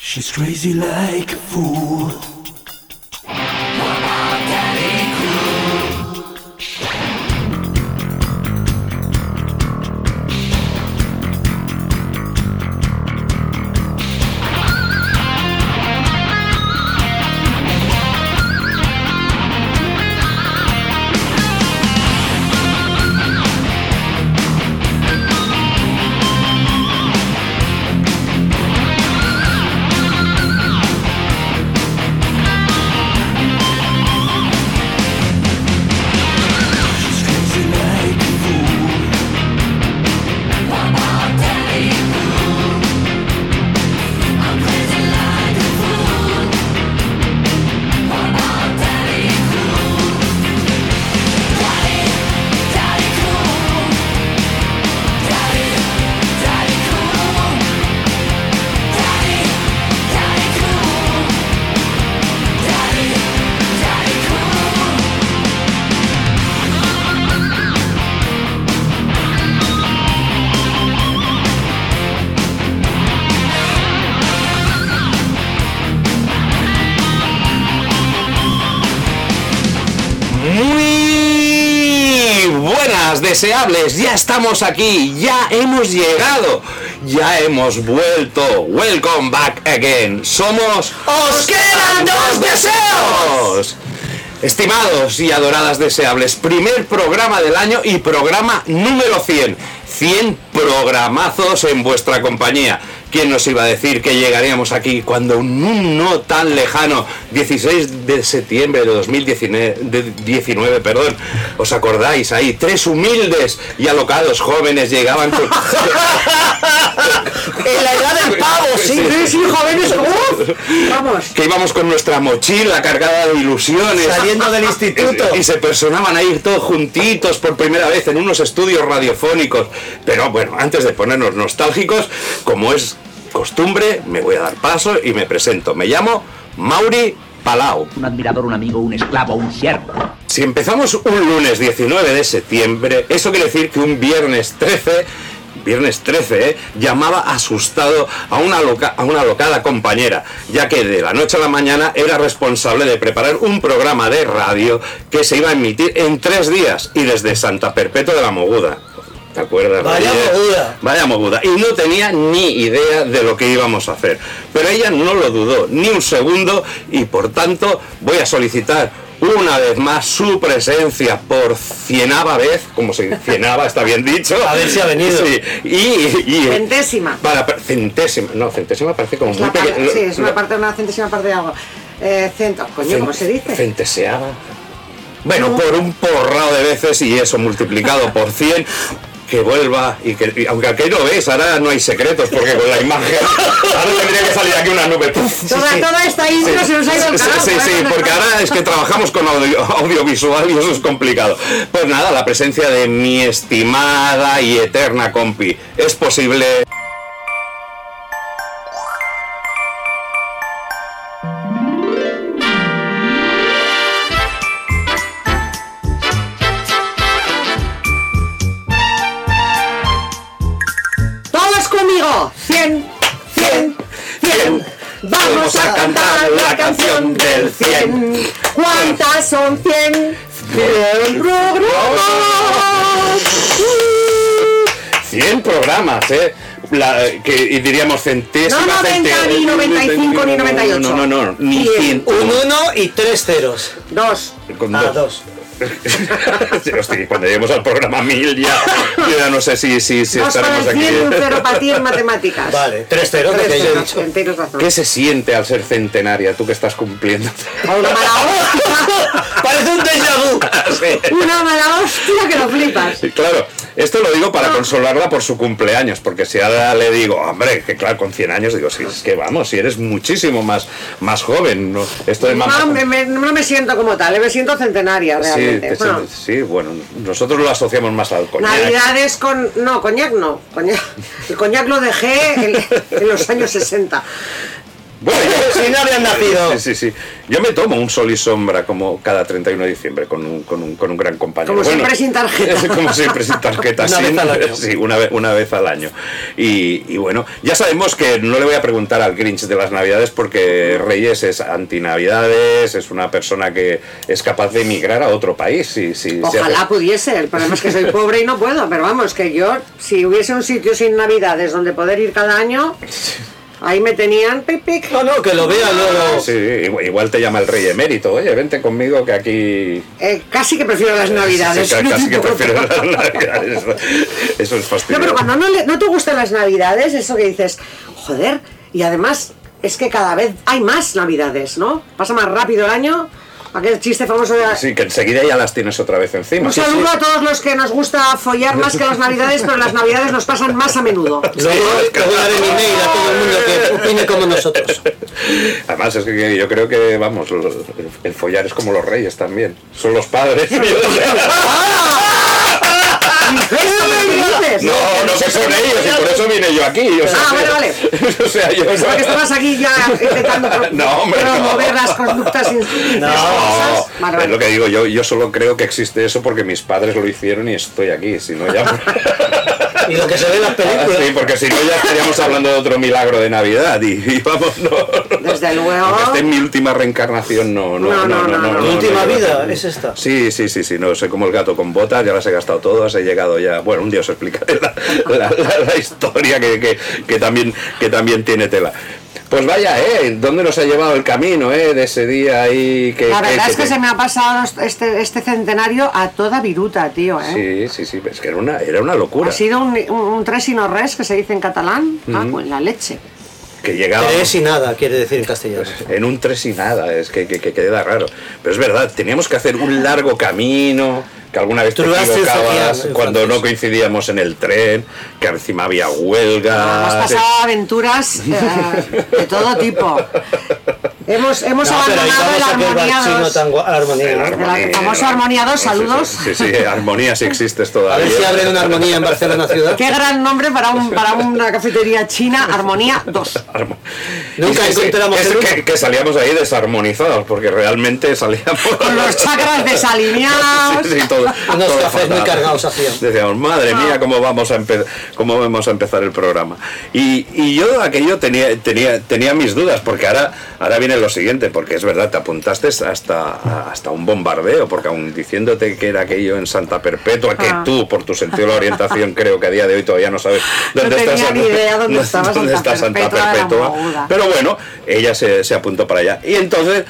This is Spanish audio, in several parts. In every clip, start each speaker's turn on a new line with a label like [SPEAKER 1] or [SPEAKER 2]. [SPEAKER 1] She's crazy like a fool. She's crazy like a fool.
[SPEAKER 2] Muy buenas, deseables, ya estamos aquí, ya hemos llegado, ya hemos vuelto. Welcome back again. Somos. ¡Os quedan dos deseos! Estimados y adoradas deseables, primer programa del año y programa número 100. 100 programazos en vuestra compañía. ¿Quién nos iba a decir que llegaríamos aquí cuando un no tan lejano, 16 de septiembre de 2019, de 19, perdón, os acordáis ahí, tres humildes y alocados jóvenes llegaban con...
[SPEAKER 3] En la edad del pavo, sí, sí, sí, jóvenes, uf. Vamos,
[SPEAKER 2] que íbamos con nuestra mochila cargada de ilusiones.
[SPEAKER 3] saliendo del instituto.
[SPEAKER 2] Y se personaban ahí todos juntitos por primera vez en unos estudios radiofónicos. Pero bueno, antes de ponernos nostálgicos, como es costumbre, me voy a dar paso y me presento. Me llamo Mauri Palau.
[SPEAKER 4] un admirador, un amigo, un esclavo, un siervo.
[SPEAKER 2] Si empezamos un lunes 19 de septiembre, eso quiere decir que un viernes 13, viernes 13, ¿eh? llamaba asustado a una, loca- a una locada compañera, ya que de la noche a la mañana era responsable de preparar un programa de radio que se iba a emitir en tres días y desde Santa Perpetua de la Moguda. ¿Te acuerdas?
[SPEAKER 3] Vaya
[SPEAKER 2] Roger?
[SPEAKER 3] moguda.
[SPEAKER 2] Vaya moguda. Y no tenía ni idea de lo que íbamos a hacer. Pero ella no lo dudó ni un segundo y por tanto voy a solicitar una vez más su presencia por cienava vez, como se cienava, está bien dicho.
[SPEAKER 3] A ver si ha venido.
[SPEAKER 2] Sí. Y, y-
[SPEAKER 5] Centésima.
[SPEAKER 2] Para, para- centésima. No, centésima parece como
[SPEAKER 5] Es
[SPEAKER 2] muy
[SPEAKER 5] la par-
[SPEAKER 2] pequeña.
[SPEAKER 5] sí, es una parte, una centésima parte de algo. Eh, cento, coño, ¿cómo se dice?
[SPEAKER 2] Centeseaba. Bueno, por un porrado de veces y eso multiplicado por 100, que vuelva y que. y aunque aquí lo ves, ahora no hay secretos, porque con la imagen. Ahora tendría que salir aquí una nube. ¡puf!
[SPEAKER 5] toda, toda esta intro se nos ha ido al
[SPEAKER 2] Sí,
[SPEAKER 5] carajo,
[SPEAKER 2] sí, sí,
[SPEAKER 5] ¿eh?
[SPEAKER 2] porque ahora es que trabajamos con audio- audiovisual y eso es complicado. Pues nada, la presencia de mi estimada y eterna compi. Es posible.
[SPEAKER 5] Todos conmigo. 100, 100, 100. Vamos a cantar la canción del 100. ¿Cuántas son 100? 100 programas.
[SPEAKER 2] 100 programas, ¿eh? La- eh, que y diríamos centésima,
[SPEAKER 5] No 90,
[SPEAKER 2] cente-
[SPEAKER 5] ni 95, ni 98.
[SPEAKER 2] No, no, no, ni 100.
[SPEAKER 5] 100.
[SPEAKER 3] Un 1 y tres ceros.
[SPEAKER 5] Dos.
[SPEAKER 2] Con
[SPEAKER 3] Ah,
[SPEAKER 2] dos.
[SPEAKER 3] dos.
[SPEAKER 2] Sí, hostia, cuando lleguemos al programa 1000 ya, yo ya no sé si, si, si
[SPEAKER 5] Dos para
[SPEAKER 2] estaremos
[SPEAKER 5] el
[SPEAKER 2] aquí.
[SPEAKER 5] 100 y un cero para ti en matemáticas.
[SPEAKER 3] Vale, tres ceros, lo
[SPEAKER 5] Tres
[SPEAKER 3] que yo he
[SPEAKER 5] ceros,
[SPEAKER 3] dicho.
[SPEAKER 5] en tienes razón.
[SPEAKER 2] ¿Qué se siente al ser centenaria, tú que estás cumpliendo?
[SPEAKER 5] Una mala hostia.
[SPEAKER 3] Parece un déjà vu.
[SPEAKER 2] Sí.
[SPEAKER 5] Una mala hostia que lo flipas.
[SPEAKER 2] Sí, Claro, esto lo digo para consolarla por su cumpleaños, porque si ahora le digo, hombre, que claro, con 100 años, digo, sí, es que vamos, si eres muchísimo más, más joven, ¿no? esto de mamá...
[SPEAKER 5] No me, me- no me siento como tal, eh, me siento centenaria
[SPEAKER 2] Sí,
[SPEAKER 5] realmente.
[SPEAKER 2] te
[SPEAKER 5] Bueno,
[SPEAKER 2] sientes- sí, bueno, nosotros lo asociamos más al coñac.
[SPEAKER 5] Navidades con. No, coñac no. Coñac, el coñac lo dejé en, en los años 60.
[SPEAKER 2] Bueno, yo-
[SPEAKER 3] Si no habían nacido.
[SPEAKER 2] Sí, sí, sí. Yo me tomo un sol y sombra como cada 31 de diciembre con un, con un, con un gran compañero.
[SPEAKER 5] Como
[SPEAKER 2] Bueno,
[SPEAKER 5] siempre sin tarjeta.
[SPEAKER 2] Como siempre sin tarjeta.
[SPEAKER 3] Una
[SPEAKER 2] sí,
[SPEAKER 3] vez al año.
[SPEAKER 2] Sí, una vez, una vez al año. Y, y bueno, ya sabemos que no le voy a preguntar al Grinch de las Navidades porque Reyes es antinavidades, es una persona que es capaz de emigrar a otro país. Si, si- si
[SPEAKER 5] Ojalá
[SPEAKER 2] hace-
[SPEAKER 5] pudiese, el problema es que soy pobre y no puedo, pero vamos, que yo, si hubiese un sitio sin navidades donde poder ir cada año, ahí me tenían pic, pic.
[SPEAKER 3] No, no, que lo vea luego.
[SPEAKER 2] Sí, igual, igual te llama el rey emérito. Oye, vente conmigo que aquí
[SPEAKER 5] Eh, casi que prefiero las navidades.
[SPEAKER 2] Sí, casi que
[SPEAKER 5] No,
[SPEAKER 2] prefiero las navidades. Eso es
[SPEAKER 5] No,
[SPEAKER 2] fastidioso.
[SPEAKER 5] pero cuando no, le- no te gustan las navidades, eso que dices, joder, y además es que cada vez hay más navidades, ¿no? Pasa más rápido el año, aquel chiste famoso de...
[SPEAKER 2] Sí, que enseguida ya las tienes otra vez encima.
[SPEAKER 5] Un saludo a todos los que nos gusta follar más que las navidades, pero las navidades nos pasan más a menudo.
[SPEAKER 3] Luego luego daré mi mail a todo el mundo que opine como nosotros.
[SPEAKER 2] Además, es que yo creo que, vamos, lo- el, el follar es como los reyes también. Son los padres.
[SPEAKER 5] ¿Qué dices?
[SPEAKER 2] no, no que son ellos y por eso vine yo aquí. o sea,
[SPEAKER 5] Ah, vale, vale.
[SPEAKER 2] O sea, yo...
[SPEAKER 5] Porque estabas aquí ya intentando pro-
[SPEAKER 2] No, hombre, no.
[SPEAKER 5] promover las conductas in-
[SPEAKER 2] No,
[SPEAKER 5] incestuosas. Vale,
[SPEAKER 2] es lo
[SPEAKER 5] vale.
[SPEAKER 2] que digo, yo, yo solo creo que existe eso porque mis padres lo hicieron y estoy aquí, si no ya...
[SPEAKER 3] Y lo que se ve en las películas.
[SPEAKER 2] Ah, Sí, porque si no ya estaríamos hablando de otro milagro de Navidad y, y vamos, no.
[SPEAKER 5] Desde luego.
[SPEAKER 2] Aunque esté en mi última reencarnación, no, no, no, no, no, no,
[SPEAKER 3] Mi última
[SPEAKER 2] no, no.
[SPEAKER 3] vida es esta.
[SPEAKER 2] Sí, sí, sí, sí, no, soy como el gato con botas, ya las he gastado todas, he llegado ya, bueno, un día os explicaré la, la- la- la historia que, que- que también, que también tiene tela. Pues vaya, ¿eh? ¿Dónde nos ha llevado el camino, eh? De ese día ahí que...
[SPEAKER 5] La verdad es que
[SPEAKER 2] te-
[SPEAKER 5] se me ha pasado este, este centenario a toda viruta, tío, ¿eh?
[SPEAKER 2] Sí, sí, sí, es que era una, era una locura.
[SPEAKER 5] Ha sido un, un, un tres y no res que se dice en catalán,
[SPEAKER 3] Mm-hmm.
[SPEAKER 5] ah, con la leche.
[SPEAKER 2] Que llegaba...
[SPEAKER 3] Tres y nada, quiere decir en castellano.
[SPEAKER 2] En un tres y nada, es que, que, que queda raro. Pero es verdad, teníamos que hacer un largo camino, que alguna vez te
[SPEAKER 3] Truaces
[SPEAKER 2] equivocabas
[SPEAKER 3] hacían, eh,
[SPEAKER 2] cuando no
[SPEAKER 3] francés.
[SPEAKER 2] coincidíamos en el tren, que encima había
[SPEAKER 3] Ah,
[SPEAKER 5] Hemos
[SPEAKER 2] huelga.
[SPEAKER 5] pasado aventuras eh, de todo tipo. Hemos, hemos
[SPEAKER 3] No, pero ahí
[SPEAKER 5] abandonado el
[SPEAKER 3] vamos a aquel
[SPEAKER 5] armonía
[SPEAKER 3] barchino
[SPEAKER 5] dos.
[SPEAKER 3] tan guapo.
[SPEAKER 2] El
[SPEAKER 3] Armonía. ¿no?
[SPEAKER 5] De la famosa Armonía dos,
[SPEAKER 2] Sí, sí,
[SPEAKER 5] saludos.
[SPEAKER 2] Sí, sí, armonía si existes
[SPEAKER 3] A
[SPEAKER 2] todavía.
[SPEAKER 3] ver si abren una armonía en Barcelona ciudad.
[SPEAKER 5] Qué gran nombre para, un, para una cafetería china, Armonía 2.
[SPEAKER 2] Armo-
[SPEAKER 3] Nunca
[SPEAKER 2] Sí, sí, sí,
[SPEAKER 3] encontramos
[SPEAKER 2] es
[SPEAKER 3] el uno.
[SPEAKER 2] que, que salíamos ahí desarmonizados, porque realmente salíamos
[SPEAKER 5] Con los chakras desalineados.
[SPEAKER 2] Sí, sí, todo-
[SPEAKER 3] Unos
[SPEAKER 2] todo
[SPEAKER 3] cafés muy
[SPEAKER 2] fatal.
[SPEAKER 3] cargados hacían. Ah.
[SPEAKER 2] Decíamos, madre mía, cómo vamos a, empe- cómo vamos a empezar el programa. Y, y yo aquello tenía, tenía, tenía mis dudas, porque ahora, ahora viene lo siguiente, porque es verdad, te apuntaste hasta, hasta un bombardeo, porque aún diciéndote que era aquello en Santa Perpetua, que
[SPEAKER 5] Ah.
[SPEAKER 2] tú, por tu sentido de la orientación, creo que a día de hoy todavía no sabes dónde
[SPEAKER 5] No
[SPEAKER 2] está
[SPEAKER 5] tenía
[SPEAKER 2] San-
[SPEAKER 5] ni idea dónde estaba
[SPEAKER 2] dónde
[SPEAKER 5] Santa
[SPEAKER 2] está Santa
[SPEAKER 5] Perpetua de la
[SPEAKER 2] Perpetua.
[SPEAKER 5] Moguda.
[SPEAKER 2] Pero bueno, ella se, se apuntó para allá. Y entonces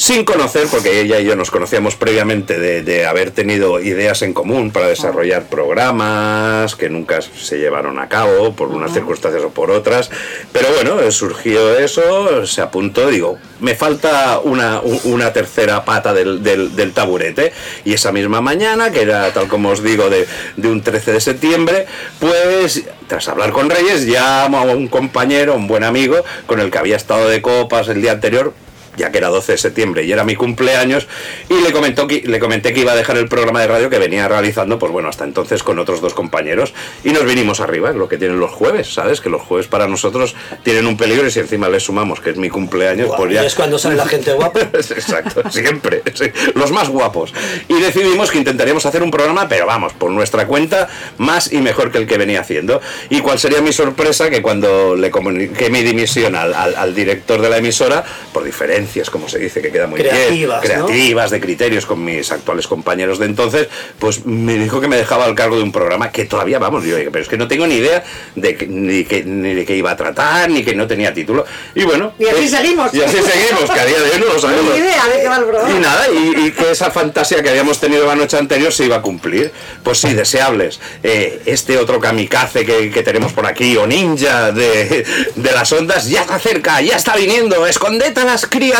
[SPEAKER 2] sin conocer, porque ella y yo nos conocíamos previamente de, de haber tenido ideas en común para desarrollar programas que nunca se llevaron a cabo por unas circunstancias o por otras. Pero bueno, eh, surgió eso, se apuntó, digo, me falta una, u- una tercera pata del, del- del taburete. Y esa misma mañana, que era tal como os digo, de, de un 13 de septiembre, pues tras hablar con Reyes, llamo a un compañero, un buen amigo, con el que había estado de copas el día anterior ya que era 12 de septiembre y era mi cumpleaños, y le, comentó que, le comenté que iba a dejar el programa de radio que venía realizando, pues bueno, hasta entonces con otros dos compañeros, y nos vinimos arriba, es lo que tienen los jueves, ¿sabes? Que los jueves para nosotros tienen un peligro y si encima le sumamos que es mi cumpleaños,
[SPEAKER 3] Guau,
[SPEAKER 2] pues
[SPEAKER 3] y
[SPEAKER 2] ya...
[SPEAKER 3] es cuando sale la gente guapa.
[SPEAKER 2] Exacto, siempre, sí, los más guapos. Y decidimos que intentaríamos hacer un programa, pero vamos, por nuestra cuenta, más y mejor que el que venía haciendo. Y cuál sería mi sorpresa que cuando le comuniqué mi dimisión al, al- al director de la emisora, por diferencias, como se dice, que queda muy bien,
[SPEAKER 3] Creativas, ¿no?
[SPEAKER 2] creativas, de criterios con mis actuales compañeros de entonces, pues me dijo que me dejaba al cargo de un programa que todavía, vamos, yo dije, pero es que no tengo ni idea de que- ni, que- ni de qué iba a tratar, ni que no tenía título. Y bueno.
[SPEAKER 5] Y así
[SPEAKER 2] pues,
[SPEAKER 5] seguimos.
[SPEAKER 2] Y así seguimos, que a día de hoy no lo sabemos.
[SPEAKER 5] Ni idea de qué va el programa.
[SPEAKER 2] Y nada, y, y que esa fantasía que habíamos tenido la noche anterior se iba a cumplir. Pues sí, deseables. Eh, este otro kamikaze que, que tenemos por aquí, o ninja de, de las ondas, ya está cerca, ya está viniendo. Esconded a las criaturas,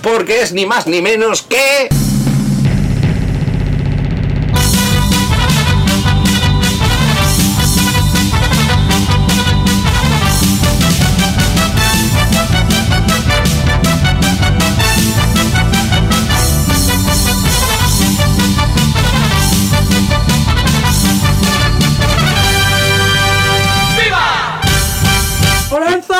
[SPEAKER 2] porque es ni más ni menos que...
[SPEAKER 5] ¡Lorenzo!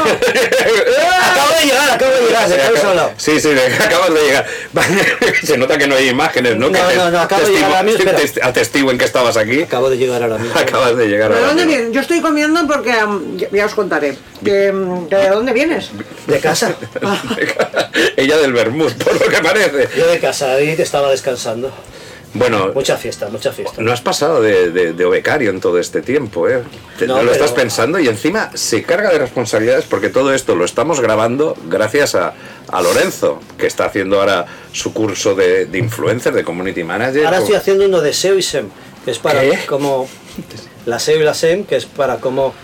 [SPEAKER 3] Acabo de llegar, acabo de llegar, se cae solo.
[SPEAKER 2] Sí, sí, de- acabas de llegar. Se nota que no hay imágenes, ¿no?
[SPEAKER 3] No,
[SPEAKER 2] Que te-
[SPEAKER 3] no, no, acabo de
[SPEAKER 2] testigo-
[SPEAKER 3] llegar ahora mismo,
[SPEAKER 2] te- Atestiguen que estabas aquí.
[SPEAKER 3] Acabo de llegar ahora mismo.
[SPEAKER 2] Acabas de llegar.
[SPEAKER 5] ¿De
[SPEAKER 2] ahora
[SPEAKER 5] dónde
[SPEAKER 2] mismo.
[SPEAKER 5] vienes? Yo estoy comiendo porque mm, ya- ya os contaré. Que, mm, que ¿De dónde vienes?
[SPEAKER 3] De casa.
[SPEAKER 2] Ella del Bermud, por lo que parece.
[SPEAKER 3] Yo de casa, ahí te estaba descansando.
[SPEAKER 2] Bueno,
[SPEAKER 3] Mucha fiesta, mucha fiesta.
[SPEAKER 2] no has pasado de, de- de becario en todo este tiempo, ¿eh? Te-
[SPEAKER 3] No,
[SPEAKER 2] no, lo
[SPEAKER 3] pero-
[SPEAKER 2] estás pensando y encima se carga de responsabilidades porque todo esto lo estamos grabando gracias a, a Lorenzo, que está haciendo ahora su curso de, de influencer, de community manager.
[SPEAKER 3] Ahora
[SPEAKER 2] con-
[SPEAKER 3] estoy haciendo uno de SEO y SEM, que es para
[SPEAKER 2] ¿Qué?
[SPEAKER 3] como la SEO y la SEM, que es para cómo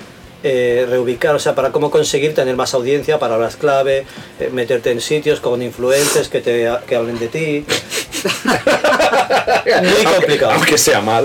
[SPEAKER 3] eh, reubicar, o sea, para cómo conseguir tener más audiencia, palabras clave, eh, meterte en sitios con influencers que te que hablen de ti. Muy
[SPEAKER 2] Aunque-
[SPEAKER 3] complicado.
[SPEAKER 2] Aunque, sea mal.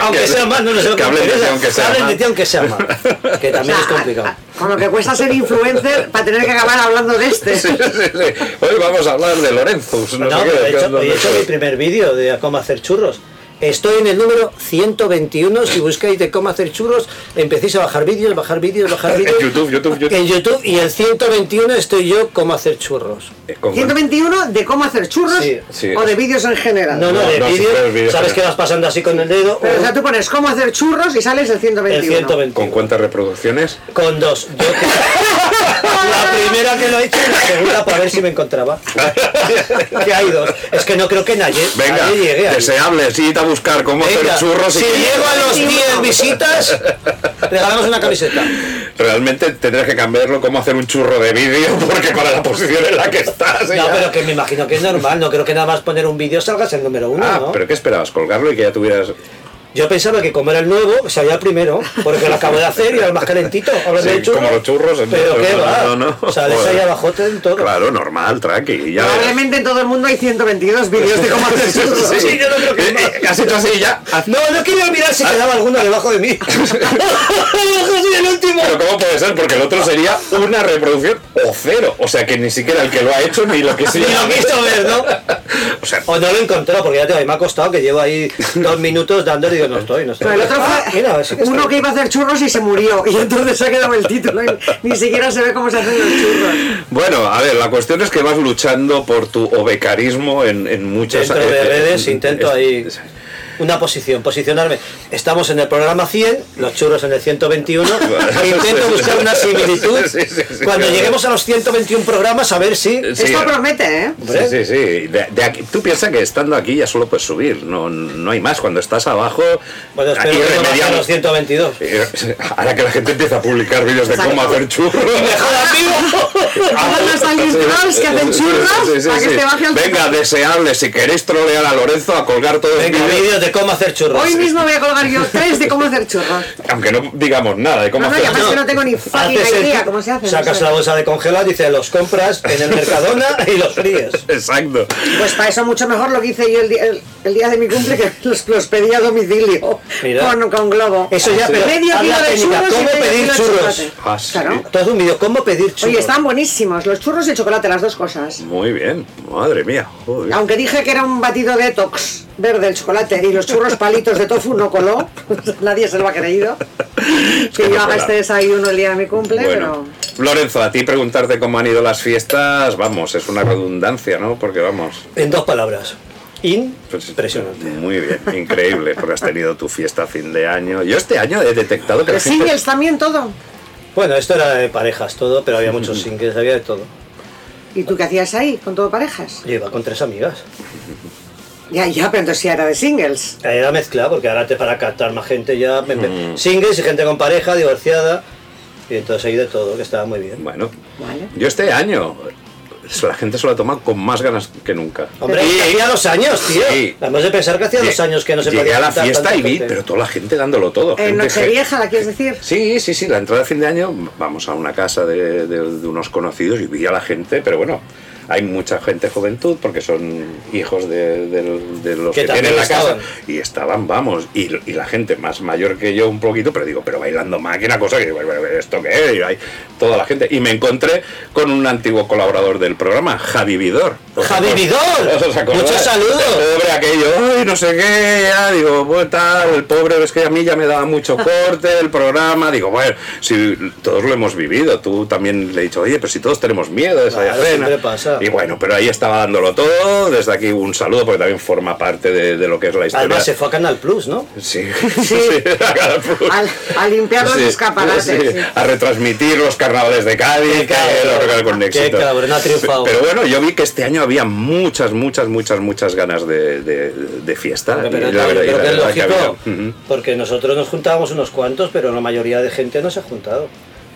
[SPEAKER 3] Aunque sea mal, no, no sé lo
[SPEAKER 2] Que
[SPEAKER 3] que me
[SPEAKER 2] hablen de ti,
[SPEAKER 3] interesa.
[SPEAKER 2] aunque sea
[SPEAKER 3] Hablen
[SPEAKER 2] mal.
[SPEAKER 3] de ti, aunque sea mal. Que también es complicado.
[SPEAKER 5] Con lo que cuesta ser influencer para tener que acabar hablando de este.
[SPEAKER 2] Sí, sí, sí. Hoy vamos a hablar de Lorenzo. No,
[SPEAKER 3] No,
[SPEAKER 2] sé qué,
[SPEAKER 3] pero he
[SPEAKER 2] qué-
[SPEAKER 3] hecho,
[SPEAKER 2] dónde
[SPEAKER 3] he hecho
[SPEAKER 2] soy.
[SPEAKER 3] mi primer vídeo de cómo hacer churros. Estoy en el número 121. Si buscáis de cómo hacer churros, empecéis a bajar vídeos, bajar vídeos, bajar vídeos.
[SPEAKER 2] En YouTube, YouTube, YouTube.
[SPEAKER 3] En YouTube. Y el 121 estoy yo, cómo hacer churros.
[SPEAKER 2] Eh, con-
[SPEAKER 5] 121 de cómo hacer churros
[SPEAKER 3] Sí,
[SPEAKER 2] sí.
[SPEAKER 5] o de vídeos en general.
[SPEAKER 3] No, no,
[SPEAKER 2] No,
[SPEAKER 3] de
[SPEAKER 2] no, si fuera el
[SPEAKER 3] vídeo.
[SPEAKER 2] vídeo,
[SPEAKER 3] Sabes
[SPEAKER 2] pero-
[SPEAKER 3] que vas pasando así con el dedo.
[SPEAKER 5] Pero o sea,
[SPEAKER 3] un-
[SPEAKER 5] tú pones cómo hacer churros y sales el 121.
[SPEAKER 3] el 121.
[SPEAKER 2] ¿Con cuántas reproducciones?
[SPEAKER 3] Con dos. Yo que- la primera que lo he hecho y la segunda para ver si me encontraba. que hay dos. Es que no creo que nadie,
[SPEAKER 2] Venga,
[SPEAKER 3] nadie llegue ahí.
[SPEAKER 2] deseables, id a buscar cómo
[SPEAKER 3] Venga,
[SPEAKER 2] hacer churros
[SPEAKER 3] si
[SPEAKER 2] y
[SPEAKER 3] llego a los 10 visitas, regalamos una camiseta.
[SPEAKER 2] Realmente tendrás que cambiarlo cómo hacer un churro de vídeo, porque para la posición en la que estás.
[SPEAKER 3] No,
[SPEAKER 2] ya-
[SPEAKER 3] pero que me imagino que es normal, no creo que nada más poner un vídeo salgas el número uno,
[SPEAKER 2] Ah,
[SPEAKER 3] ¿no?
[SPEAKER 2] pero ¿qué esperabas? ¿Colgarlo y que ya tuvieras...?
[SPEAKER 3] Yo pensaba que como era el nuevo, salía el primero, porque lo acabo de hacer y era el más calentito, hablando
[SPEAKER 2] Sí,
[SPEAKER 3] de churros.
[SPEAKER 2] como los churros.
[SPEAKER 3] Pero
[SPEAKER 2] no,
[SPEAKER 3] qué
[SPEAKER 2] no,
[SPEAKER 3] va,
[SPEAKER 2] no, no, no.
[SPEAKER 3] sales
[SPEAKER 2] Joder.
[SPEAKER 3] ahí abajote en todo.
[SPEAKER 2] Claro, normal, tranqui. Ya verás.
[SPEAKER 5] Probablemente en todo el mundo hay 122 vídeos de cómo hacer churros.
[SPEAKER 2] Sí.
[SPEAKER 3] Sí, yo no creo que
[SPEAKER 2] Eh, eh, Has hecho así ya. haz-
[SPEAKER 3] No, no quería mirar si quedaba alguno debajo de mí. Yo soy el último.
[SPEAKER 2] Pero ¿cómo puede ser? Porque el otro sería una reproducción o cero. O sea, que ni siquiera el que lo ha hecho ni lo que sí.
[SPEAKER 3] Ni lo quiso ver, ¿no?
[SPEAKER 2] O sea,
[SPEAKER 3] O no lo encontré, porque ya te digo, me ha costado que llevo ahí dos minutos dándole y digo, no estoy, no estoy.
[SPEAKER 5] Pero el otro
[SPEAKER 3] Ah,
[SPEAKER 5] fue
[SPEAKER 3] mira, sí que
[SPEAKER 5] uno
[SPEAKER 3] estoy.
[SPEAKER 5] que iba a hacer churros y se murió. Y entonces se ha quedado el título. y ni siquiera se ve cómo se hacen los churros.
[SPEAKER 2] Bueno, a ver, la cuestión es que vas luchando por tu obecarismo en, en muchas...
[SPEAKER 3] Dentro de
[SPEAKER 2] eh, eh,
[SPEAKER 3] redes
[SPEAKER 2] en-
[SPEAKER 3] intento
[SPEAKER 2] es-
[SPEAKER 3] ahí
[SPEAKER 2] es-
[SPEAKER 3] una posición, posicionarme. Estamos en el programa 100, los churros en el 121, e intento buscar una similitud.
[SPEAKER 2] Sí, sí, sí,
[SPEAKER 3] Cuando
[SPEAKER 2] claro.
[SPEAKER 3] lleguemos a los 121 programas, a ver si...
[SPEAKER 2] Sí,
[SPEAKER 5] Esto
[SPEAKER 2] eh.
[SPEAKER 5] promete, ¿eh?
[SPEAKER 2] Sí, sí, sí. De- de aquí- tú piensas que estando aquí ya solo puedes subir, no, no hay más. Cuando estás abajo,
[SPEAKER 3] Bueno, espero
[SPEAKER 2] aquí
[SPEAKER 3] que no baje a
[SPEAKER 2] remediamos-
[SPEAKER 3] los 122.
[SPEAKER 2] Eh, Ahora que la gente empieza a publicar vídeos de cómo hacer churros.
[SPEAKER 5] Ahora no están
[SPEAKER 2] Ah, Sí,
[SPEAKER 5] trolls que hacen
[SPEAKER 2] sí,
[SPEAKER 5] churros
[SPEAKER 2] sí, sí,
[SPEAKER 5] para que
[SPEAKER 2] sí.
[SPEAKER 5] te baje al
[SPEAKER 2] Venga, deseable, si queréis trolear a Lorenzo a colgar todo el
[SPEAKER 3] Venga,
[SPEAKER 2] vídeo,
[SPEAKER 3] vídeos de cómo hacer churros.
[SPEAKER 5] Hoy mismo voy a colgar yo tres de cómo hacer churros.
[SPEAKER 2] aunque no digamos nada de cómo
[SPEAKER 5] No, no, y
[SPEAKER 2] hacer
[SPEAKER 5] además que
[SPEAKER 2] churros.
[SPEAKER 5] no tengo ni fucking
[SPEAKER 3] Haces el-
[SPEAKER 5] idea cómo se hace. no
[SPEAKER 3] Sacas
[SPEAKER 5] sé.
[SPEAKER 3] la bolsa de congelar, dice, los compras en el Mercadona y los fríes.
[SPEAKER 2] Exacto.
[SPEAKER 5] Pues para eso mucho mejor lo que hice yo el día, el, el día de mi cumple que los, los pedí a domicilio
[SPEAKER 3] Mira.
[SPEAKER 5] con, con globo.
[SPEAKER 3] Eso ya, pero
[SPEAKER 5] medio
[SPEAKER 3] habla
[SPEAKER 5] kilo de churros y medio
[SPEAKER 3] técnica, ¿cómo pedir
[SPEAKER 5] kilo de
[SPEAKER 3] churros?
[SPEAKER 5] chocolate.
[SPEAKER 2] Ah, sí.
[SPEAKER 5] Claro.
[SPEAKER 3] Tú haz un vídeo, ¿cómo pedir churros?
[SPEAKER 5] Oye, están buenísimos los churros y el chocolate, las dos cosas.
[SPEAKER 2] Muy bien, madre mía. joder.
[SPEAKER 5] Aunque dije que era un batido detox verde el chocolate y los churros palitos de tofu no coló, nadie se lo ha creído.
[SPEAKER 2] que
[SPEAKER 5] Que
[SPEAKER 2] no
[SPEAKER 5] yo haga
[SPEAKER 2] cola.
[SPEAKER 5] este desayuno el día de mi cumple,
[SPEAKER 2] Bueno,
[SPEAKER 5] pero.
[SPEAKER 2] Lorenzo, a ti preguntarte cómo han ido las fiestas, vamos, es una redundancia, ¿no? Porque vamos.
[SPEAKER 3] En dos palabras.
[SPEAKER 2] pues,
[SPEAKER 3] Impresionante.
[SPEAKER 2] Muy bien, increíble, porque has tenido tu fiesta a fin de año. Yo este año he detectado que la
[SPEAKER 5] Pero
[SPEAKER 2] gente-
[SPEAKER 5] singles también todo.
[SPEAKER 3] Bueno, esto era de parejas todo, pero había muchos singles, había de todo.
[SPEAKER 5] ¿Y tú qué hacías ahí? ¿Con todo parejas?
[SPEAKER 3] Yo iba con tres amigas.
[SPEAKER 5] Ya, ya, pero entonces ya era de singles.
[SPEAKER 3] Era mezcla, porque ahora te para captar más gente ya. me-
[SPEAKER 2] Mm.
[SPEAKER 3] me- Singles y gente con pareja, divorciada. Y entonces ahí de todo, que estaba muy bien.
[SPEAKER 2] Bueno,
[SPEAKER 5] Vale.
[SPEAKER 2] yo este año la gente se lo ha tomado con más ganas que nunca.
[SPEAKER 3] Hombre,
[SPEAKER 2] Y-
[SPEAKER 3] que hacía dos años, tío.
[SPEAKER 2] Sí.
[SPEAKER 3] Además de pensar que hacía dos años que no se
[SPEAKER 2] Llegué
[SPEAKER 3] podía
[SPEAKER 2] a la
[SPEAKER 3] juntar
[SPEAKER 2] fiesta
[SPEAKER 3] tanta
[SPEAKER 2] y vi,
[SPEAKER 3] gente.
[SPEAKER 2] pero toda la gente dándolo todo.
[SPEAKER 5] En
[SPEAKER 2] gente-
[SPEAKER 5] Nochevieja, ¿la quieres decir?
[SPEAKER 2] Sí, sí, sí, la entrada de fin de año vamos a una casa de, de- de unos conocidos y vi a la gente, pero bueno, hay mucha gente juventud porque son hijos de, de- de los
[SPEAKER 3] Que
[SPEAKER 2] que,
[SPEAKER 3] también
[SPEAKER 2] tienen la casa
[SPEAKER 3] estaban.
[SPEAKER 2] y estaban, vamos, y, y la gente más mayor que yo un poquito, pero digo, pero bailando máquina, cosa que ¿esto qué es? Y ahí toda la gente. Y me encontré con un antiguo colaborador del programa, Javi Vidor. ¿Os
[SPEAKER 3] ¡Javi
[SPEAKER 2] acor-
[SPEAKER 3] Vidor!
[SPEAKER 2] ¿Os acordáis?
[SPEAKER 3] ¡Muchos saludos!
[SPEAKER 2] El pobre aquello, ay, no sé qué, ya, digo, bueno, tal, el pobre, es que a mí ya me daba mucho corte el programa. Digo, bueno, si todos lo hemos vivido, tú también le he dicho, oye, pero si todos tenemos miedo de esa
[SPEAKER 3] Claro,
[SPEAKER 2] diarrea".
[SPEAKER 3] siempre pasa.
[SPEAKER 2] Y bueno, pero ahí estaba dándolo todo. Desde aquí un saludo, porque también forma parte de, de lo que es la historia.
[SPEAKER 3] Además se fue a Canal Plus, ¿no?
[SPEAKER 2] Sí, a Canal Plus.
[SPEAKER 5] Al- a limpiar los
[SPEAKER 2] Sí,
[SPEAKER 5] escaparates,
[SPEAKER 2] sí,
[SPEAKER 5] sí.
[SPEAKER 2] A retransmitir los carnavales de Cádiz,
[SPEAKER 3] Qué
[SPEAKER 2] que
[SPEAKER 3] cabrón,
[SPEAKER 2] lo recuerdo con
[SPEAKER 3] qué
[SPEAKER 2] éxito.
[SPEAKER 3] cabrón, ha triunfado.
[SPEAKER 2] Pero bueno, yo vi que este año había muchas, muchas, muchas, muchas ganas de, de- de fiesta.
[SPEAKER 3] Pero,
[SPEAKER 2] Ah, Y la verdad- y
[SPEAKER 3] pero
[SPEAKER 2] la
[SPEAKER 3] que es
[SPEAKER 2] verdad que
[SPEAKER 3] lógico,
[SPEAKER 2] había- Ujú.
[SPEAKER 3] porque nosotros nos juntábamos unos cuantos, pero la mayoría de gente no se ha juntado.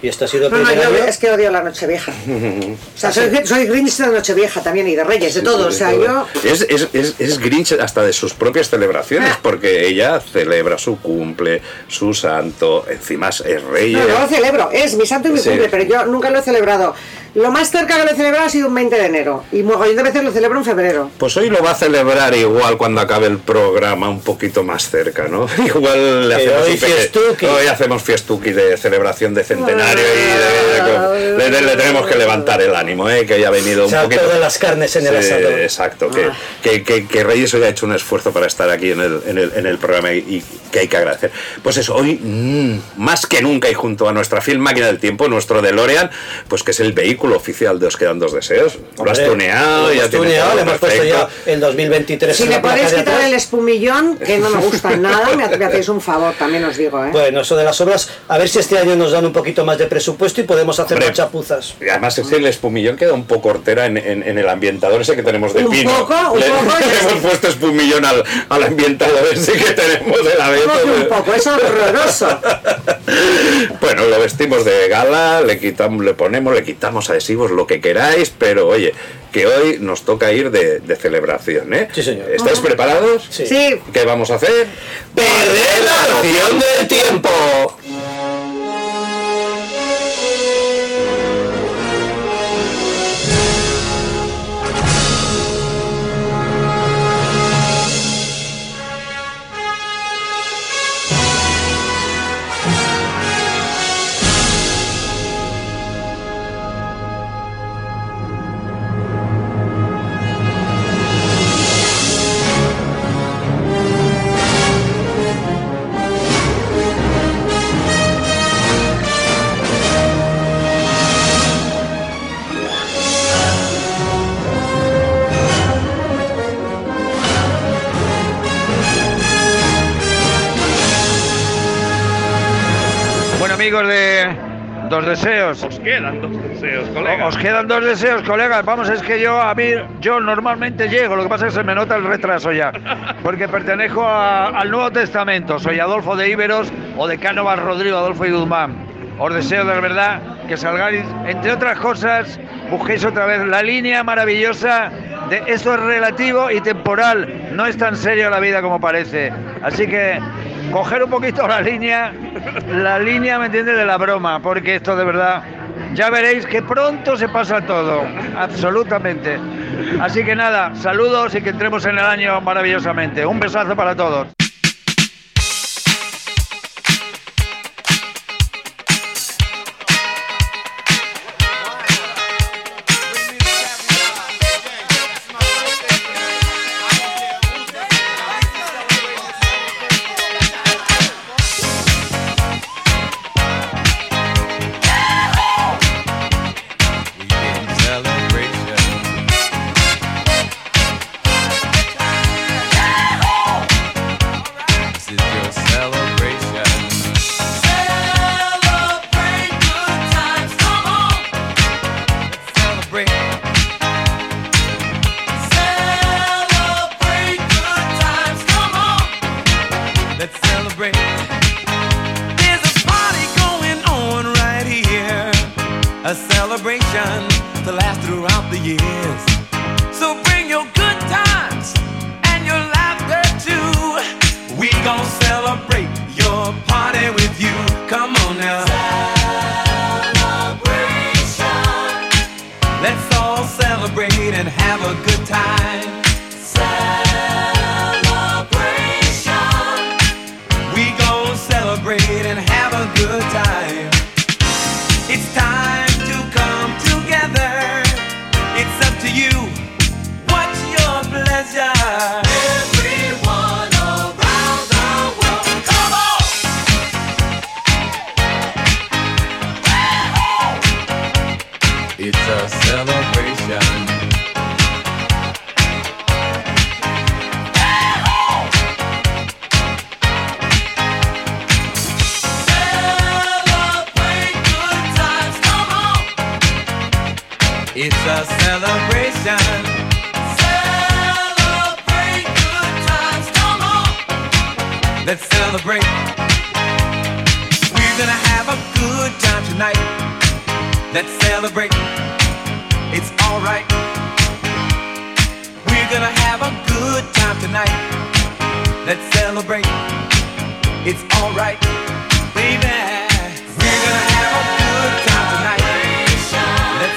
[SPEAKER 3] Y este ha sido el
[SPEAKER 5] No, no,
[SPEAKER 3] primer
[SPEAKER 5] yo
[SPEAKER 3] año.
[SPEAKER 5] es que odio la Nochevieja. O sea, soy, gri- soy Grinch de Nochevieja también y de Reyes, de todo. O sea, yo.
[SPEAKER 2] Es, es, es- es Grinch hasta de sus propias celebraciones,
[SPEAKER 5] Ah.
[SPEAKER 2] porque ella celebra su cumple, su santo, encima es rey.
[SPEAKER 5] No, no lo celebro, es mi santo y mi
[SPEAKER 2] Sí.
[SPEAKER 5] cumple, pero yo nunca lo he celebrado. Lo más cerca que lo he celebrado ha sido un 20 de enero y mogollón de veces lo celebro en febrero.
[SPEAKER 2] Pues hoy lo va a celebrar igual cuando acabe el programa un poquito más cerca, ¿no? Igual le
[SPEAKER 3] Que
[SPEAKER 2] hacemos
[SPEAKER 3] hoy
[SPEAKER 2] un peque-
[SPEAKER 3] fiestuki.
[SPEAKER 2] Hoy hacemos fiestuki de celebración de centenario y de- de- de- le, le tenemos que levantar el ánimo, ¿eh? Que haya venido un
[SPEAKER 3] Echar
[SPEAKER 2] poquito...
[SPEAKER 3] todas las carnes en el
[SPEAKER 2] Sí,
[SPEAKER 3] asador.
[SPEAKER 2] Exacto, que,
[SPEAKER 5] Ah.
[SPEAKER 2] que, que- que Reyes hoy ha hecho un esfuerzo para estar aquí en el, en el, en el programa y, y que hay que agradecer. Pues eso, hoy mm, más que nunca y junto a nuestra fiel máquina del tiempo, nuestro DeLorean, pues que es el vehículo oficial de Os Quedan Dos Deseos. Lo has
[SPEAKER 3] Hombre,
[SPEAKER 2] tuneado,
[SPEAKER 3] lo
[SPEAKER 2] ya
[SPEAKER 3] hemos
[SPEAKER 2] tiene
[SPEAKER 3] tuneado,
[SPEAKER 2] todo
[SPEAKER 3] le hemos puesto
[SPEAKER 2] perfecto.
[SPEAKER 3] ya el 2023.
[SPEAKER 5] Si
[SPEAKER 3] en la
[SPEAKER 5] me podéis
[SPEAKER 3] placa de
[SPEAKER 5] quitar
[SPEAKER 3] atrás.
[SPEAKER 5] el espumillón, que no me gusta nada, me, ha- me hacéis un favor, también os digo, ¿eh?
[SPEAKER 3] Bueno, eso de las obras, a ver si este año nos dan un poquito más de presupuesto y podemos hacer
[SPEAKER 2] Hombre.
[SPEAKER 3] más chapuzas.
[SPEAKER 2] Y además es que el espumillón queda un poco hortera en, en- en el ambientador ese que tenemos de
[SPEAKER 5] Un
[SPEAKER 2] pino.
[SPEAKER 5] poco, un
[SPEAKER 2] Le-
[SPEAKER 5] poco,
[SPEAKER 2] le
[SPEAKER 5] ya
[SPEAKER 2] hemos
[SPEAKER 5] sí.
[SPEAKER 2] puesto espumillón al, al ambientador ese que tenemos de la
[SPEAKER 5] Como que un
[SPEAKER 2] venta.
[SPEAKER 5] poco, es horroroso.
[SPEAKER 2] Bueno, lo vestimos de gala, le quitamos, le ponemos, le quitamos adhesivos, lo que queráis, pero oye, que hoy nos toca ir de, de celebración, ¿eh?
[SPEAKER 3] Sí, señor.
[SPEAKER 2] ¿Estáis preparados?
[SPEAKER 3] Sí.
[SPEAKER 5] Sí,
[SPEAKER 2] ¿Qué vamos a hacer? ¡Perder la noción del tiempo!
[SPEAKER 6] Bueno, amigos de Dos Deseos. Os quedan dos deseos, colegas. Os quedan dos deseos, colegas. Vamos, es que yo a mí yo normalmente llego, lo que pasa es que se me nota el retraso ya, porque pertenezco a- al Nuevo Testamento. Soy Adolfo de Íberos o de Cánovas Rodrigo Adolfo y Guzmán. Os deseo de verdad que salgáis, entre otras cosas, busquéis otra vez la línea maravillosa de esto es relativo y temporal. No es tan serio la vida como parece. Así que coger un poquito la línea, la línea, ¿me entiendes?, de la broma, porque esto de verdad, ya veréis que pronto se pasa todo, absolutamente. Así que nada, saludos y que entremos en el año maravillosamente. Un besazo para todos.
[SPEAKER 7] Let's celebrate. There's a party going on right here. A celebration to last throughout the years. So bring your good times and your laughter too. We gon' celebrate your party with you. Come on now. Celebration. Let's all celebrate and have a good time. Celebration. We gon' celebrate and have a good time. It's a celebration. Celebrate good times. Come on. Let's celebrate. We're gonna have a good time tonight. Let's celebrate. It's alright. We're gonna have a good time tonight. Let's celebrate. It's alright, baby. We're gonna have a good time tonight. Let's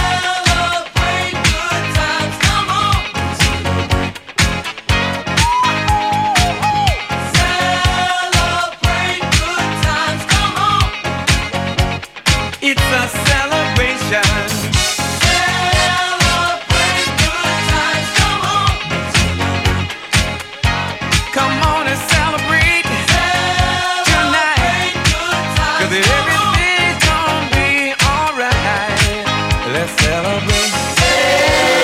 [SPEAKER 7] Celebrate good times, come on. Celebrate good times, come on. It's a celebration. Celebrate good times, come on. Come on and celebrate tonight. Cause everything's gonna be alright. Let's celebrate.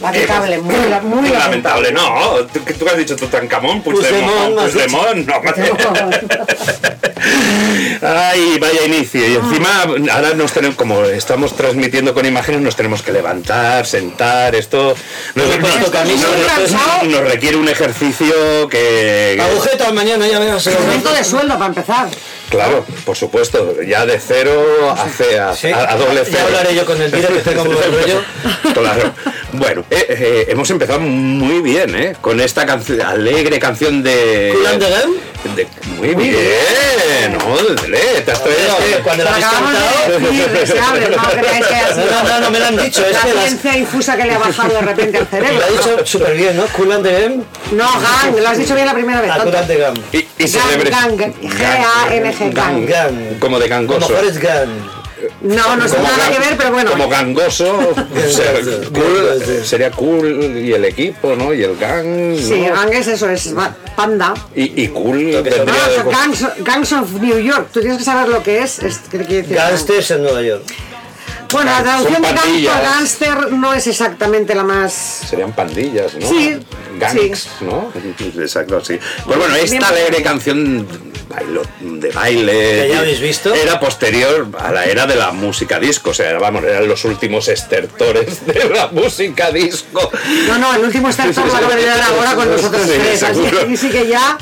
[SPEAKER 5] Lamentable, muy, la- muy
[SPEAKER 2] Lamentable, no. ¿Tú, qué- tú has dicho Tutankamón, Pues Puigdemont,
[SPEAKER 3] Puigdemont, has dicho.
[SPEAKER 2] Puigdemont, no. Ay, vaya inicio. Y encima, ahora nos tenemos, como estamos transmitiendo con imágenes, nos tenemos que levantar, sentar, esto nos,
[SPEAKER 3] puesto camisa,
[SPEAKER 2] nos-
[SPEAKER 5] me he
[SPEAKER 2] nos-
[SPEAKER 5] cansado.
[SPEAKER 2] nos requiere un ejercicio que, que-
[SPEAKER 3] Agujetas mañana ya verás.
[SPEAKER 5] Aumento de sueldo para empezar.
[SPEAKER 2] claro, por supuesto, ya de cero a, ce- a-
[SPEAKER 3] Sí.
[SPEAKER 2] a- a doble
[SPEAKER 3] Ya
[SPEAKER 2] cero.
[SPEAKER 3] hablaré yo con el tiro que tengo como el rollo.
[SPEAKER 2] Claro. Bueno, eh, eh, hemos empezado muy bien, ¿eh? Con esta canción, alegre canción de...
[SPEAKER 3] Cool and the Gang.
[SPEAKER 2] De- muy bien, ole, te has traído.
[SPEAKER 3] Hombre, cuando
[SPEAKER 5] Lo
[SPEAKER 3] la habéis
[SPEAKER 5] acabamos
[SPEAKER 3] cantado.
[SPEAKER 5] de decir, deseable, no creáis que haya sido
[SPEAKER 3] No, no, no, me lo han dicho, es
[SPEAKER 5] la
[SPEAKER 3] que las-
[SPEAKER 5] ciencia infusa que le ha bajado de repente al
[SPEAKER 3] Lo
[SPEAKER 5] cerebro.
[SPEAKER 3] ha dicho súper bien, ¿no? Cool and the Gang.
[SPEAKER 5] No, gang, lo has dicho bien la primera vez.
[SPEAKER 3] Ah, Cool
[SPEAKER 5] tonto.
[SPEAKER 3] and the Gang.
[SPEAKER 2] Y, y
[SPEAKER 5] Gang,
[SPEAKER 2] celebre-
[SPEAKER 5] gang, G-A-N-G, gang.
[SPEAKER 3] Gang.
[SPEAKER 2] Como de
[SPEAKER 3] Como
[SPEAKER 2] gangoso.
[SPEAKER 3] Forrest Gump.
[SPEAKER 5] No, no es
[SPEAKER 2] Como
[SPEAKER 5] nada
[SPEAKER 2] gan-
[SPEAKER 5] que ver, pero bueno.
[SPEAKER 2] Como gangoso. o sea,
[SPEAKER 3] Gangoso,
[SPEAKER 2] cool,
[SPEAKER 3] gangoso.
[SPEAKER 2] sería cool y el equipo, ¿no? Y el gang.
[SPEAKER 5] Sí,
[SPEAKER 2] ¿no?
[SPEAKER 5] gang es eso, es va- panda.
[SPEAKER 2] Y, y cool
[SPEAKER 3] Lo que son-
[SPEAKER 5] No,
[SPEAKER 2] tendría de-
[SPEAKER 5] o sea, gangs, Gangs of New York. Tú tienes que saber lo que es. es ¿qué quiere decir?
[SPEAKER 3] Gangsters en Nueva York.
[SPEAKER 5] Bueno, la
[SPEAKER 2] Son
[SPEAKER 5] traducción de gang
[SPEAKER 2] pandillas.
[SPEAKER 5] por gangster no es exactamente la más.
[SPEAKER 2] Serían pandillas, ¿no?
[SPEAKER 5] Sí,
[SPEAKER 2] Gangs,
[SPEAKER 5] sí.
[SPEAKER 2] ¿no? Exacto, sí. Pues bueno,
[SPEAKER 5] Bien.
[SPEAKER 2] esta alegre canción bailo- de baile.
[SPEAKER 3] Que ya habéis visto.
[SPEAKER 2] Era posterior a la era de la música disco. O sea, era- vamos, eran los últimos estertores de la música disco.
[SPEAKER 5] No, no, el último está todo la verdad ahora con nosotros
[SPEAKER 2] Sí,
[SPEAKER 5] tres. Así que
[SPEAKER 2] seguro.
[SPEAKER 5] aquí sí que ya.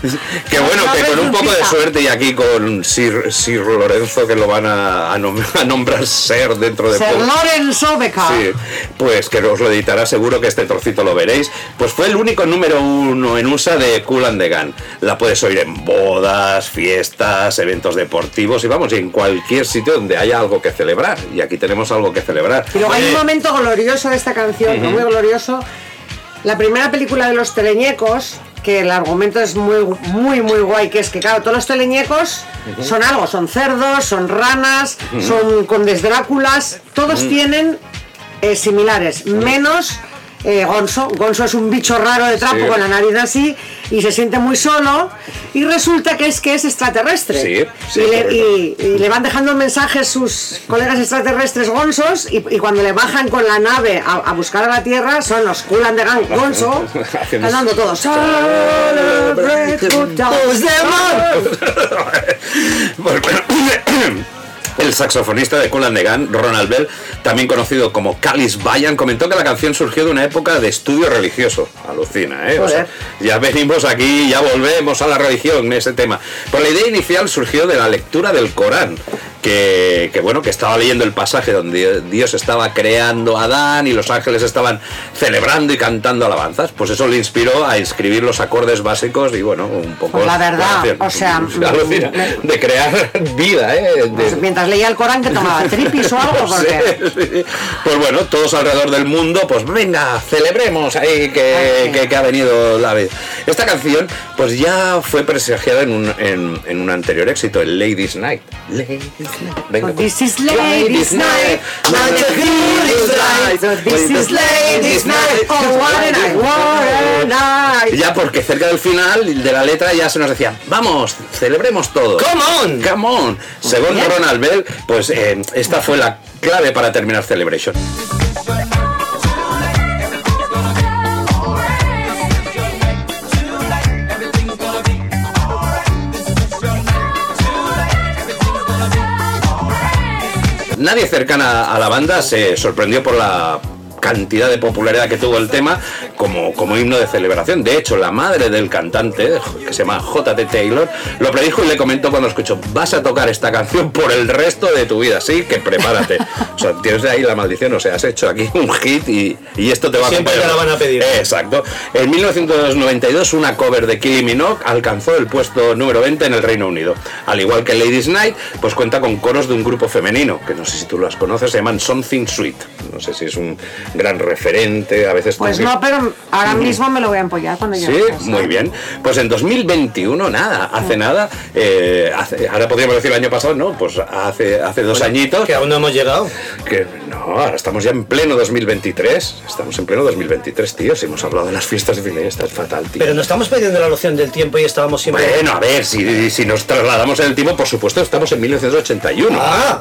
[SPEAKER 2] Que bueno,
[SPEAKER 5] nos va
[SPEAKER 2] que
[SPEAKER 5] a
[SPEAKER 2] con un poco de
[SPEAKER 5] reducir.
[SPEAKER 2] suerte y aquí con Sir, Sir Lorenzo, que lo van a, a nom- a nombrar ser dentro de
[SPEAKER 5] Sir
[SPEAKER 2] poco.
[SPEAKER 5] Lawrence Obeca.
[SPEAKER 2] Sí, pues que os lo editará seguro que este trocito lo veréis. Pues fue el único número uno en USA de Cool and the Gun. La puedes oír en bodas, fiestas, eventos deportivos y vamos, en cualquier sitio donde haya algo que celebrar. Y aquí tenemos algo que celebrar.
[SPEAKER 5] Y luego hay un
[SPEAKER 2] Eh,
[SPEAKER 5] momento glorioso de esta canción, muy glorioso. La primera película de los teleñecos, que el argumento es muy, muy, muy guay, que es que, claro, todos los teleñecos son algo, son cerdos, son ranas, son condes Dráculas, todos tienen eh, similares, menos eh, Gonzo. Gonzo es un bicho raro de trapo
[SPEAKER 2] Sí.
[SPEAKER 5] con la nariz así y se siente muy solo y resulta que es que es extraterrestre.
[SPEAKER 2] Sí, sí,
[SPEAKER 5] y, le,
[SPEAKER 2] correcto.
[SPEAKER 5] y- y le van dejando mensajes sus colegas extraterrestres gonzos y, y cuando le bajan con la nave a, a buscar a la Tierra son los culan de gang gonzo
[SPEAKER 2] Haciendo-
[SPEAKER 5] cantando todos "Celebrate good times".
[SPEAKER 2] Pues, bueno, El saxofonista de Cool and the Gun, Ronald Bell, también conocido como Calis Bayan, comentó que la canción surgió de una época de estudio religioso. Alucina, ¿eh? O sea,
[SPEAKER 5] Joder.
[SPEAKER 2] ya venimos aquí, ya volvemos a la religión, ese tema. Pues la idea inicial surgió de la lectura del Corán, que, que, bueno, que estaba leyendo el pasaje donde Dios estaba creando a Adán y los ángeles estaban celebrando y cantando alabanzas. Pues eso le inspiró a escribir los acordes básicos y bueno, un poco.
[SPEAKER 5] Pues la verdad,
[SPEAKER 2] canción.
[SPEAKER 5] o sea,
[SPEAKER 2] Alucina,
[SPEAKER 5] me-
[SPEAKER 2] de crear vida, ¿eh? De-
[SPEAKER 5] pues mientras leía el Corán que tomaba tripis o Pues, algo
[SPEAKER 2] no
[SPEAKER 5] porque
[SPEAKER 2] sé, sí. Pues bueno, todos alrededor del mundo, pues venga, celebremos ahí que,
[SPEAKER 5] Ay.
[SPEAKER 2] que- que ha venido la vez. Esta canción, pues ya fue presagiada en un, en, en un anterior éxito, el Ladies Night. Ladies Night. Venga, pues.
[SPEAKER 5] But Pues, this is ladies' night. Now
[SPEAKER 2] night.
[SPEAKER 5] the food is right. So this is ladies' night. Oh, what a night, what a night.
[SPEAKER 2] Ya porque cerca del final de la letra ya se nos decía, vamos, celebremos todo.
[SPEAKER 3] Come on.
[SPEAKER 2] Come on. Según Ronald Bell, pues eh, esta fue la clave para terminar Celebration. Nadie cercana a la banda se sorprendió por la cantidad de popularidad que tuvo el tema como, como himno de celebración. De hecho, la madre del cantante, que se llama J.T. Taylor, lo predijo y le comentó cuando escuchó, vas a tocar esta canción por el resto de tu vida, así que prepárate. O sea, tienes ahí la maldición, o sea, has hecho aquí un hit y, y esto te va
[SPEAKER 3] Siempre
[SPEAKER 2] a Eh,
[SPEAKER 3] te la van a pedir.
[SPEAKER 2] Exacto. En 1992, una cover de Kylie Minogue alcanzó el puesto número 20 en el Reino Unido. Al igual que Ladies Night, pues cuenta con coros de un grupo femenino, que no sé si tú las conoces, se llaman Something Sweet. No sé si es un gran referente, a veces...
[SPEAKER 5] Pues
[SPEAKER 2] también-
[SPEAKER 5] no, pero ahora mismo me lo voy a empollar cuando llegue
[SPEAKER 2] Sí,
[SPEAKER 5] a casa.
[SPEAKER 2] muy bien. Pues en 2021, nada, hace nada, eh, hace- ahora podríamos decir el año pasado, ¿no? Pues hace, hace dos añitos.
[SPEAKER 3] Que aún no hemos llegado.
[SPEAKER 2] Que no, ahora estamos ya en pleno 2023. Estamos en pleno 2023, tío. Si hemos hablado de las fiestas de fin de año, está fatal, tío.
[SPEAKER 3] Pero no estamos perdiendo la noción del tiempo y estábamos siempre.
[SPEAKER 2] Bueno, a ver, si, si nos trasladamos en el tiempo, por supuesto, estamos en 1981.
[SPEAKER 3] Ah,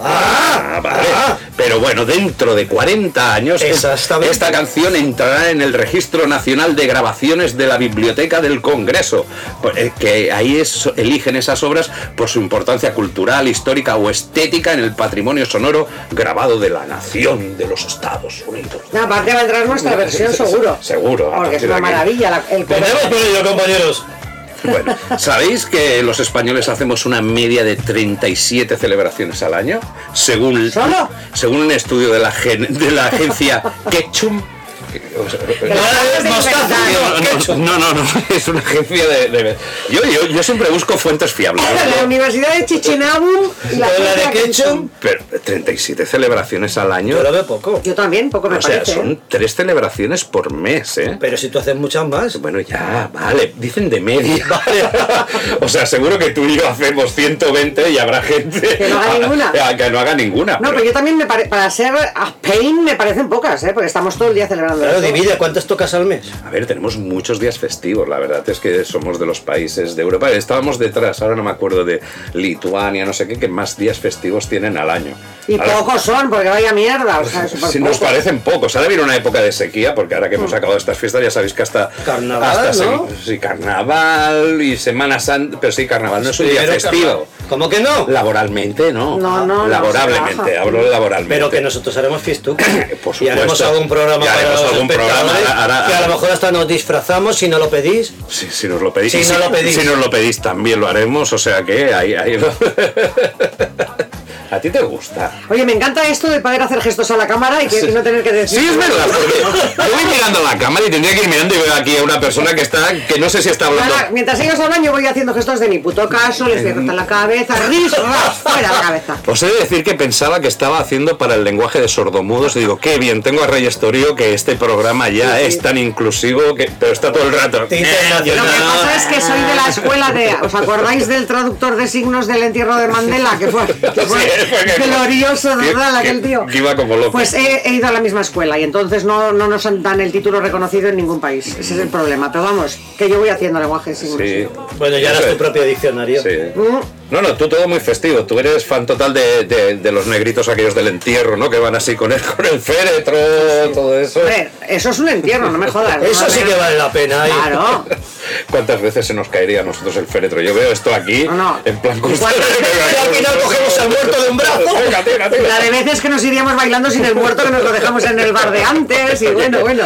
[SPEAKER 3] ah,
[SPEAKER 2] vale.
[SPEAKER 3] ah.
[SPEAKER 2] Pero bueno, dentro de 40 años,
[SPEAKER 3] Exactamente.
[SPEAKER 2] esta canción entrará en el Registro Nacional de Grabaciones de la Biblioteca del Congreso, pues, eh, que ahí es- eligen esas obras por su importancia cultural, histórica o estética en el patrimonio sonoro grabado de la nación de los Estados Unidos.
[SPEAKER 5] No, aparte va a entrar nuestra versión seguro.
[SPEAKER 2] Seguro, a
[SPEAKER 5] Porque es
[SPEAKER 2] partir
[SPEAKER 5] una
[SPEAKER 2] de aquí.
[SPEAKER 5] maravilla. la- el coro.
[SPEAKER 3] Tenemos por ello, compañeros.
[SPEAKER 2] Bueno, ¿sabéis que los españoles hacemos una media de 37 celebraciones al año? Según,
[SPEAKER 5] ¿Solo?
[SPEAKER 2] según un estudio de la, gen- de la agencia Ketchum.
[SPEAKER 5] Cada vez mostaza,
[SPEAKER 2] No, no, no, no, es una agencia de... de- Yo, yo, yo siempre busco fuentes fiables.
[SPEAKER 5] La Universidad de Chichinabum.
[SPEAKER 3] La, de
[SPEAKER 5] propia
[SPEAKER 3] Ketchum.
[SPEAKER 2] Pero 37 celebraciones al año.
[SPEAKER 3] Yo lo veo poco.
[SPEAKER 5] Yo también, poco me
[SPEAKER 2] O sea,
[SPEAKER 5] parece. ¿eh?
[SPEAKER 2] son tres celebraciones por mes, ¿eh?
[SPEAKER 3] Pero si tú haces muchas más.
[SPEAKER 2] Bueno, ya, vale, dicen de media. o sea, seguro que tú y yo hacemos 120 y habrá gente
[SPEAKER 5] Que no haga
[SPEAKER 2] a-
[SPEAKER 5] ninguna.
[SPEAKER 2] a- que no haga ninguna.
[SPEAKER 5] No, pero yo también me pare- para ser a Pain me parecen pocas, ¿eh? Porque estamos todo el día celebrando.
[SPEAKER 3] Claro,
[SPEAKER 5] eso.
[SPEAKER 3] divide. ¿Cuántas tocas al mes?
[SPEAKER 2] A ver, tenemos muchos días festivos, la verdad es que somos de los países de Europa. Estábamos detrás, ahora no me acuerdo de Lituania, no sé qué, que más días festivos tienen al año.
[SPEAKER 5] Y
[SPEAKER 2] Ahora-
[SPEAKER 5] pocos son, porque vaya mierda. O sea,
[SPEAKER 2] Pues Si nos
[SPEAKER 5] superpocos.
[SPEAKER 2] parecen pocos, ahora viene una época de sequía, porque ahora que
[SPEAKER 5] Hmm.
[SPEAKER 2] hemos acabado estas fiestas ya sabéis que hasta...
[SPEAKER 3] Carnaval,
[SPEAKER 2] hasta
[SPEAKER 3] ¿no?
[SPEAKER 2] se- Sí, carnaval y Semana Santa, pero sí, carnaval no es un día
[SPEAKER 3] Primero
[SPEAKER 2] festivo.
[SPEAKER 3] carnaval. ¿Cómo que no?
[SPEAKER 2] Laboralmente, no.
[SPEAKER 5] No, no, no, se
[SPEAKER 2] Laborablemente,
[SPEAKER 5] trabaja.
[SPEAKER 2] hablo de laboralmente.
[SPEAKER 3] Pero que nosotros haremos fiestuca.
[SPEAKER 2] Por
[SPEAKER 3] Y haremos
[SPEAKER 2] supuesto.
[SPEAKER 3] algún programa
[SPEAKER 2] Y
[SPEAKER 3] para
[SPEAKER 2] haremos
[SPEAKER 3] los
[SPEAKER 2] algún programa,
[SPEAKER 3] espectadores,
[SPEAKER 2] ahora- ahora-
[SPEAKER 3] que a lo mejor hasta nos disfrazamos si no lo pedís.
[SPEAKER 2] Si, si nos lo pedís.
[SPEAKER 3] Si
[SPEAKER 2] y
[SPEAKER 3] no lo pedís.
[SPEAKER 2] si nos lo pedís, también lo haremos. O sea que ahí. ahí lo- A ti te gusta.
[SPEAKER 5] Oye, me encanta esto de poder hacer gestos a la cámara y, que, y no tener que decir.
[SPEAKER 2] Sí, es verdad, porque yo voy mirando a la cámara y tendría que ir mirando y veo aquí a una persona que está, que no sé si está hablando.
[SPEAKER 5] Ahora, mientras ellos hablan, yo voy haciendo gestos de mi puto caso, les voy a cortar la cabeza, ris, ras, fuera la cabeza.
[SPEAKER 2] Os he de decir que pensaba que estaba haciendo para el lenguaje de sordomudos. Y digo, qué bien, tengo a Reyes Torío que este programa ya es tan inclusivo, que, pero está todo el rato.
[SPEAKER 3] Te internacional.
[SPEAKER 5] Lo que
[SPEAKER 3] No.
[SPEAKER 5] pasa es que soy de la escuela de. ¿Os acordáis del traductor de signos del entierro de Mandela? Que fue, que fue
[SPEAKER 2] Sí, porque-
[SPEAKER 5] glorioso,
[SPEAKER 2] que-
[SPEAKER 5] ¿verdad? Aquel
[SPEAKER 2] que-
[SPEAKER 5] tío.
[SPEAKER 2] que iba como loco.
[SPEAKER 5] Pues he, he ido a la misma escuela y entonces no, no nos dan el título reconocido en ningún país. Ese es el problema. Pero vamos, que yo voy haciendo lenguaje de signos.
[SPEAKER 2] Sí.
[SPEAKER 3] Bueno,
[SPEAKER 2] Eso
[SPEAKER 3] ya harás
[SPEAKER 2] es.
[SPEAKER 3] tu propio diccionario.
[SPEAKER 2] Sí.
[SPEAKER 5] Mm.
[SPEAKER 2] No, no, tú todo muy festivo. Tú eres fan total de, de- de los negritos aquellos del entierro, ¿no? Que van así con el, con el féretro, todo eso.
[SPEAKER 5] Hombre, eso es un entierro, no me jodas.
[SPEAKER 3] Eso
[SPEAKER 5] No,
[SPEAKER 3] sí
[SPEAKER 5] no,
[SPEAKER 3] que vale la pena. ¿eh? ahí.
[SPEAKER 5] Claro.
[SPEAKER 2] ¿Cuántas veces se nos caería a nosotros el féretro? Yo veo esto aquí,
[SPEAKER 5] No, no.
[SPEAKER 2] en plan con-
[SPEAKER 5] ¿Cuántas veces
[SPEAKER 3] al final cogemos al muerto de un brazo?
[SPEAKER 2] Venga, tira, tira.
[SPEAKER 5] La de veces que nos iríamos bailando sin el muerto que nos lo dejamos en el bar de antes y bueno, bueno.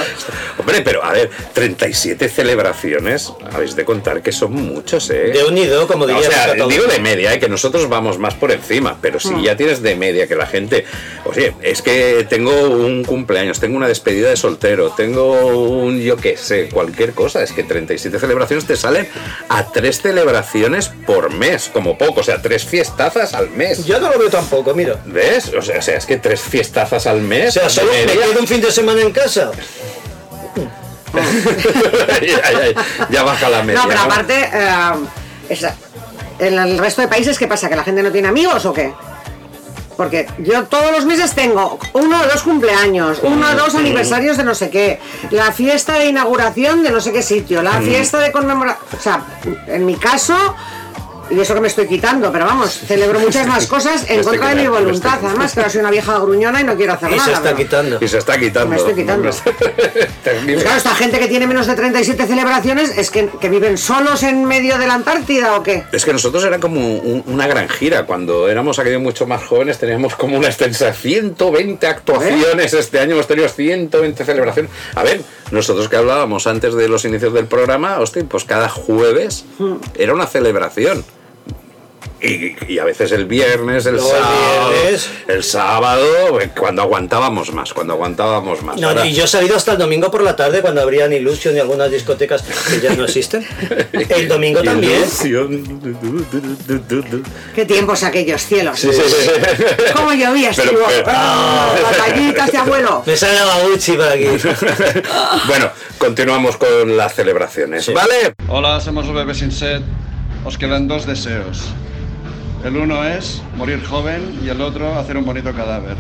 [SPEAKER 2] Hombre, pero a ver, 37 celebraciones, habéis de contar que son muchos, ¿eh?
[SPEAKER 3] De unido, como
[SPEAKER 2] O
[SPEAKER 3] diría
[SPEAKER 2] sea,
[SPEAKER 3] Luca Tau-
[SPEAKER 2] digo de media, ¿eh? que nosotros vamos más por encima, pero
[SPEAKER 5] Mm.
[SPEAKER 2] si ya tienes de media que la gente, oye, es que tengo un cumpleaños, tengo una despedida de soltero, tengo un yo qué sé, cualquier cosa, es que 37 celebraciones te salen a tres celebraciones por mes, como poco, o sea, tres fiestazas al mes.
[SPEAKER 3] Yo no lo veo tampoco, mira.
[SPEAKER 2] ¿Ves? O sea, o sea, es que tres fiestazas al
[SPEAKER 3] O
[SPEAKER 2] mes.
[SPEAKER 3] sea,
[SPEAKER 2] de
[SPEAKER 3] solo me
[SPEAKER 2] media.
[SPEAKER 3] quedo un fin de semana en casa.
[SPEAKER 2] ya, ya, ya baja la media.
[SPEAKER 5] No, pero
[SPEAKER 2] ¿no?
[SPEAKER 5] aparte, eh, esa- en el resto de países, ¿qué pasa? ¿Que la gente no tiene amigos o qué? Porque yo todos los meses tengo uno o dos cumpleaños,
[SPEAKER 2] Ah,
[SPEAKER 5] uno o dos aniversarios de no sé qué, la fiesta de inauguración de no sé qué sitio,
[SPEAKER 2] Mm.
[SPEAKER 5] la fiesta de conmemoración. O sea, en mi caso, y eso que me estoy quitando, pero vamos, celebro muchas más cosas en
[SPEAKER 2] estoy
[SPEAKER 5] contra de mi
[SPEAKER 2] quitando, me estoy
[SPEAKER 5] voluntad.
[SPEAKER 2] quitando.
[SPEAKER 5] Además, que ahora soy una vieja gruñona y no quiero hacer
[SPEAKER 3] Y
[SPEAKER 5] nada.
[SPEAKER 3] se está
[SPEAKER 5] pero-
[SPEAKER 3] quitando.
[SPEAKER 2] Y se está quitando.
[SPEAKER 5] Me estoy quitando.
[SPEAKER 2] Me está-
[SPEAKER 5] Pues
[SPEAKER 2] Terrible.
[SPEAKER 5] claro, esta gente que tiene menos de 37 celebraciones es que, que viven solos en medio de la Antártida o qué.
[SPEAKER 2] Es que nosotros era como un- una gran gira. Cuando éramos aquellos mucho más jóvenes teníamos como una extensa 120 actuaciones.
[SPEAKER 3] ¿Eh?
[SPEAKER 2] Este año hemos tenido 120 celebraciones. A ver, nosotros que hablábamos antes de los inicios del programa, hostia, pues cada jueves
[SPEAKER 3] Hmm.
[SPEAKER 2] era una celebración. Y, y a veces el viernes, el
[SPEAKER 3] Luego el
[SPEAKER 2] sábado,
[SPEAKER 3] viernes.
[SPEAKER 2] el sábado, eh, cuando aguantábamos más, cuando aguantábamos más.
[SPEAKER 3] No,
[SPEAKER 2] Ahora-
[SPEAKER 3] y yo he salido hasta el domingo por la tarde cuando abrían Illusion y algunas discotecas que ya no existen. El domingo también.
[SPEAKER 5] Qué tiempos aquellos cielos.
[SPEAKER 2] Sí, sí, sí.
[SPEAKER 5] Cómo llovía,
[SPEAKER 2] Pero-
[SPEAKER 5] estuvo.
[SPEAKER 2] pero-
[SPEAKER 5] Ah, Batallitas de abuelo.
[SPEAKER 3] Me sale la Gucci por aquí.
[SPEAKER 2] bueno, continuamos con las celebraciones, ¿vale?
[SPEAKER 8] Hola, somos los bebés sin sed. Os quedan dos deseos. El uno es morir joven y el otro hacer un bonito cadáver.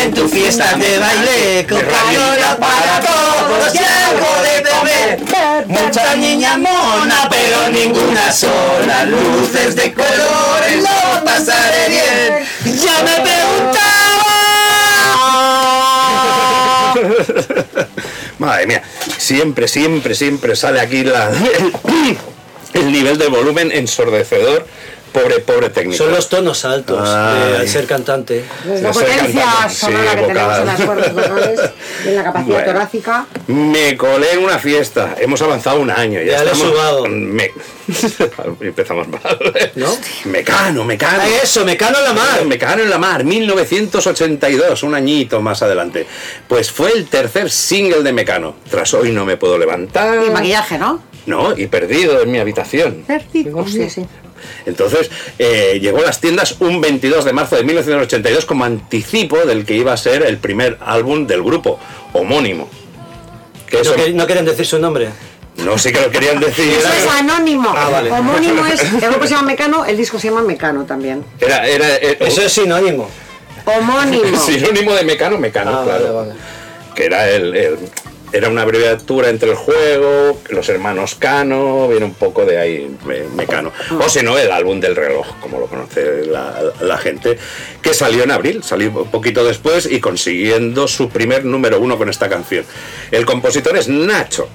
[SPEAKER 9] en tu fiesta de baile, Coca-Cola para todos y algo de beber. Mucha niña mona, pero ninguna sola. Luces de colores, lo pasaré bien. Ya me preguntaba.
[SPEAKER 2] Madre mía, siempre, siempre, siempre sale aquí la, el, nivel de volumen ensordecedor. Pobre, pobre técnico.
[SPEAKER 3] Son los tonos altos
[SPEAKER 2] Ay.
[SPEAKER 3] eh, al ser cantante.
[SPEAKER 5] Pues
[SPEAKER 2] La
[SPEAKER 5] la
[SPEAKER 2] estoy
[SPEAKER 5] potencia
[SPEAKER 2] cantando, sí,
[SPEAKER 5] sonora que tenemos en las
[SPEAKER 2] vocal.
[SPEAKER 5] cuerdas vocales y en la capacidad
[SPEAKER 2] Bueno.
[SPEAKER 5] torácica.
[SPEAKER 2] Me colé en una fiesta. Hemos avanzado un año. Ya,
[SPEAKER 3] Ya le he
[SPEAKER 2] estamos-
[SPEAKER 3] sudado.
[SPEAKER 2] Me... Empezamos mal.
[SPEAKER 3] ¿No?
[SPEAKER 2] Mecano, mecano.
[SPEAKER 3] Ah, eso, Mecano en la mar.
[SPEAKER 2] Mecano en la mar, 1982, un añito más adelante. Pues fue el tercer single de Mecano. Tras hoy no me puedo levantar.
[SPEAKER 5] Y maquillaje, ¿no?
[SPEAKER 2] No, y perdido en mi habitación.
[SPEAKER 5] Hostia, sí.
[SPEAKER 2] Entonces eh, llegó a las tiendas un 22 de marzo de 1982 como anticipo del que iba a ser el primer álbum del grupo, homónimo. Que
[SPEAKER 3] No,
[SPEAKER 2] eso-
[SPEAKER 3] que- no quieren decir su nombre.
[SPEAKER 2] no sé que lo querían decir.
[SPEAKER 5] Eso
[SPEAKER 2] era-
[SPEAKER 5] es anónimo.
[SPEAKER 2] Ah, vale.
[SPEAKER 5] Homónimo es. El grupo se llama Mecano, el disco se llama Mecano también.
[SPEAKER 2] Era, era, eh,
[SPEAKER 3] Eso es sinónimo.
[SPEAKER 5] Homónimo.
[SPEAKER 2] sinónimo de mecano, mecano,
[SPEAKER 3] Ah,
[SPEAKER 2] claro.
[SPEAKER 3] vale, vale.
[SPEAKER 2] Que era el, el- era una abreviatura entre el juego, los hermanos Cano, viene un poco de ahí me- mecano.
[SPEAKER 3] Ah.
[SPEAKER 2] O si no, el álbum del reloj, como lo conoce la, la gente, que salió en abril, salió un poquito después y consiguiendo su primer número uno con esta canción. El compositor es Nacho.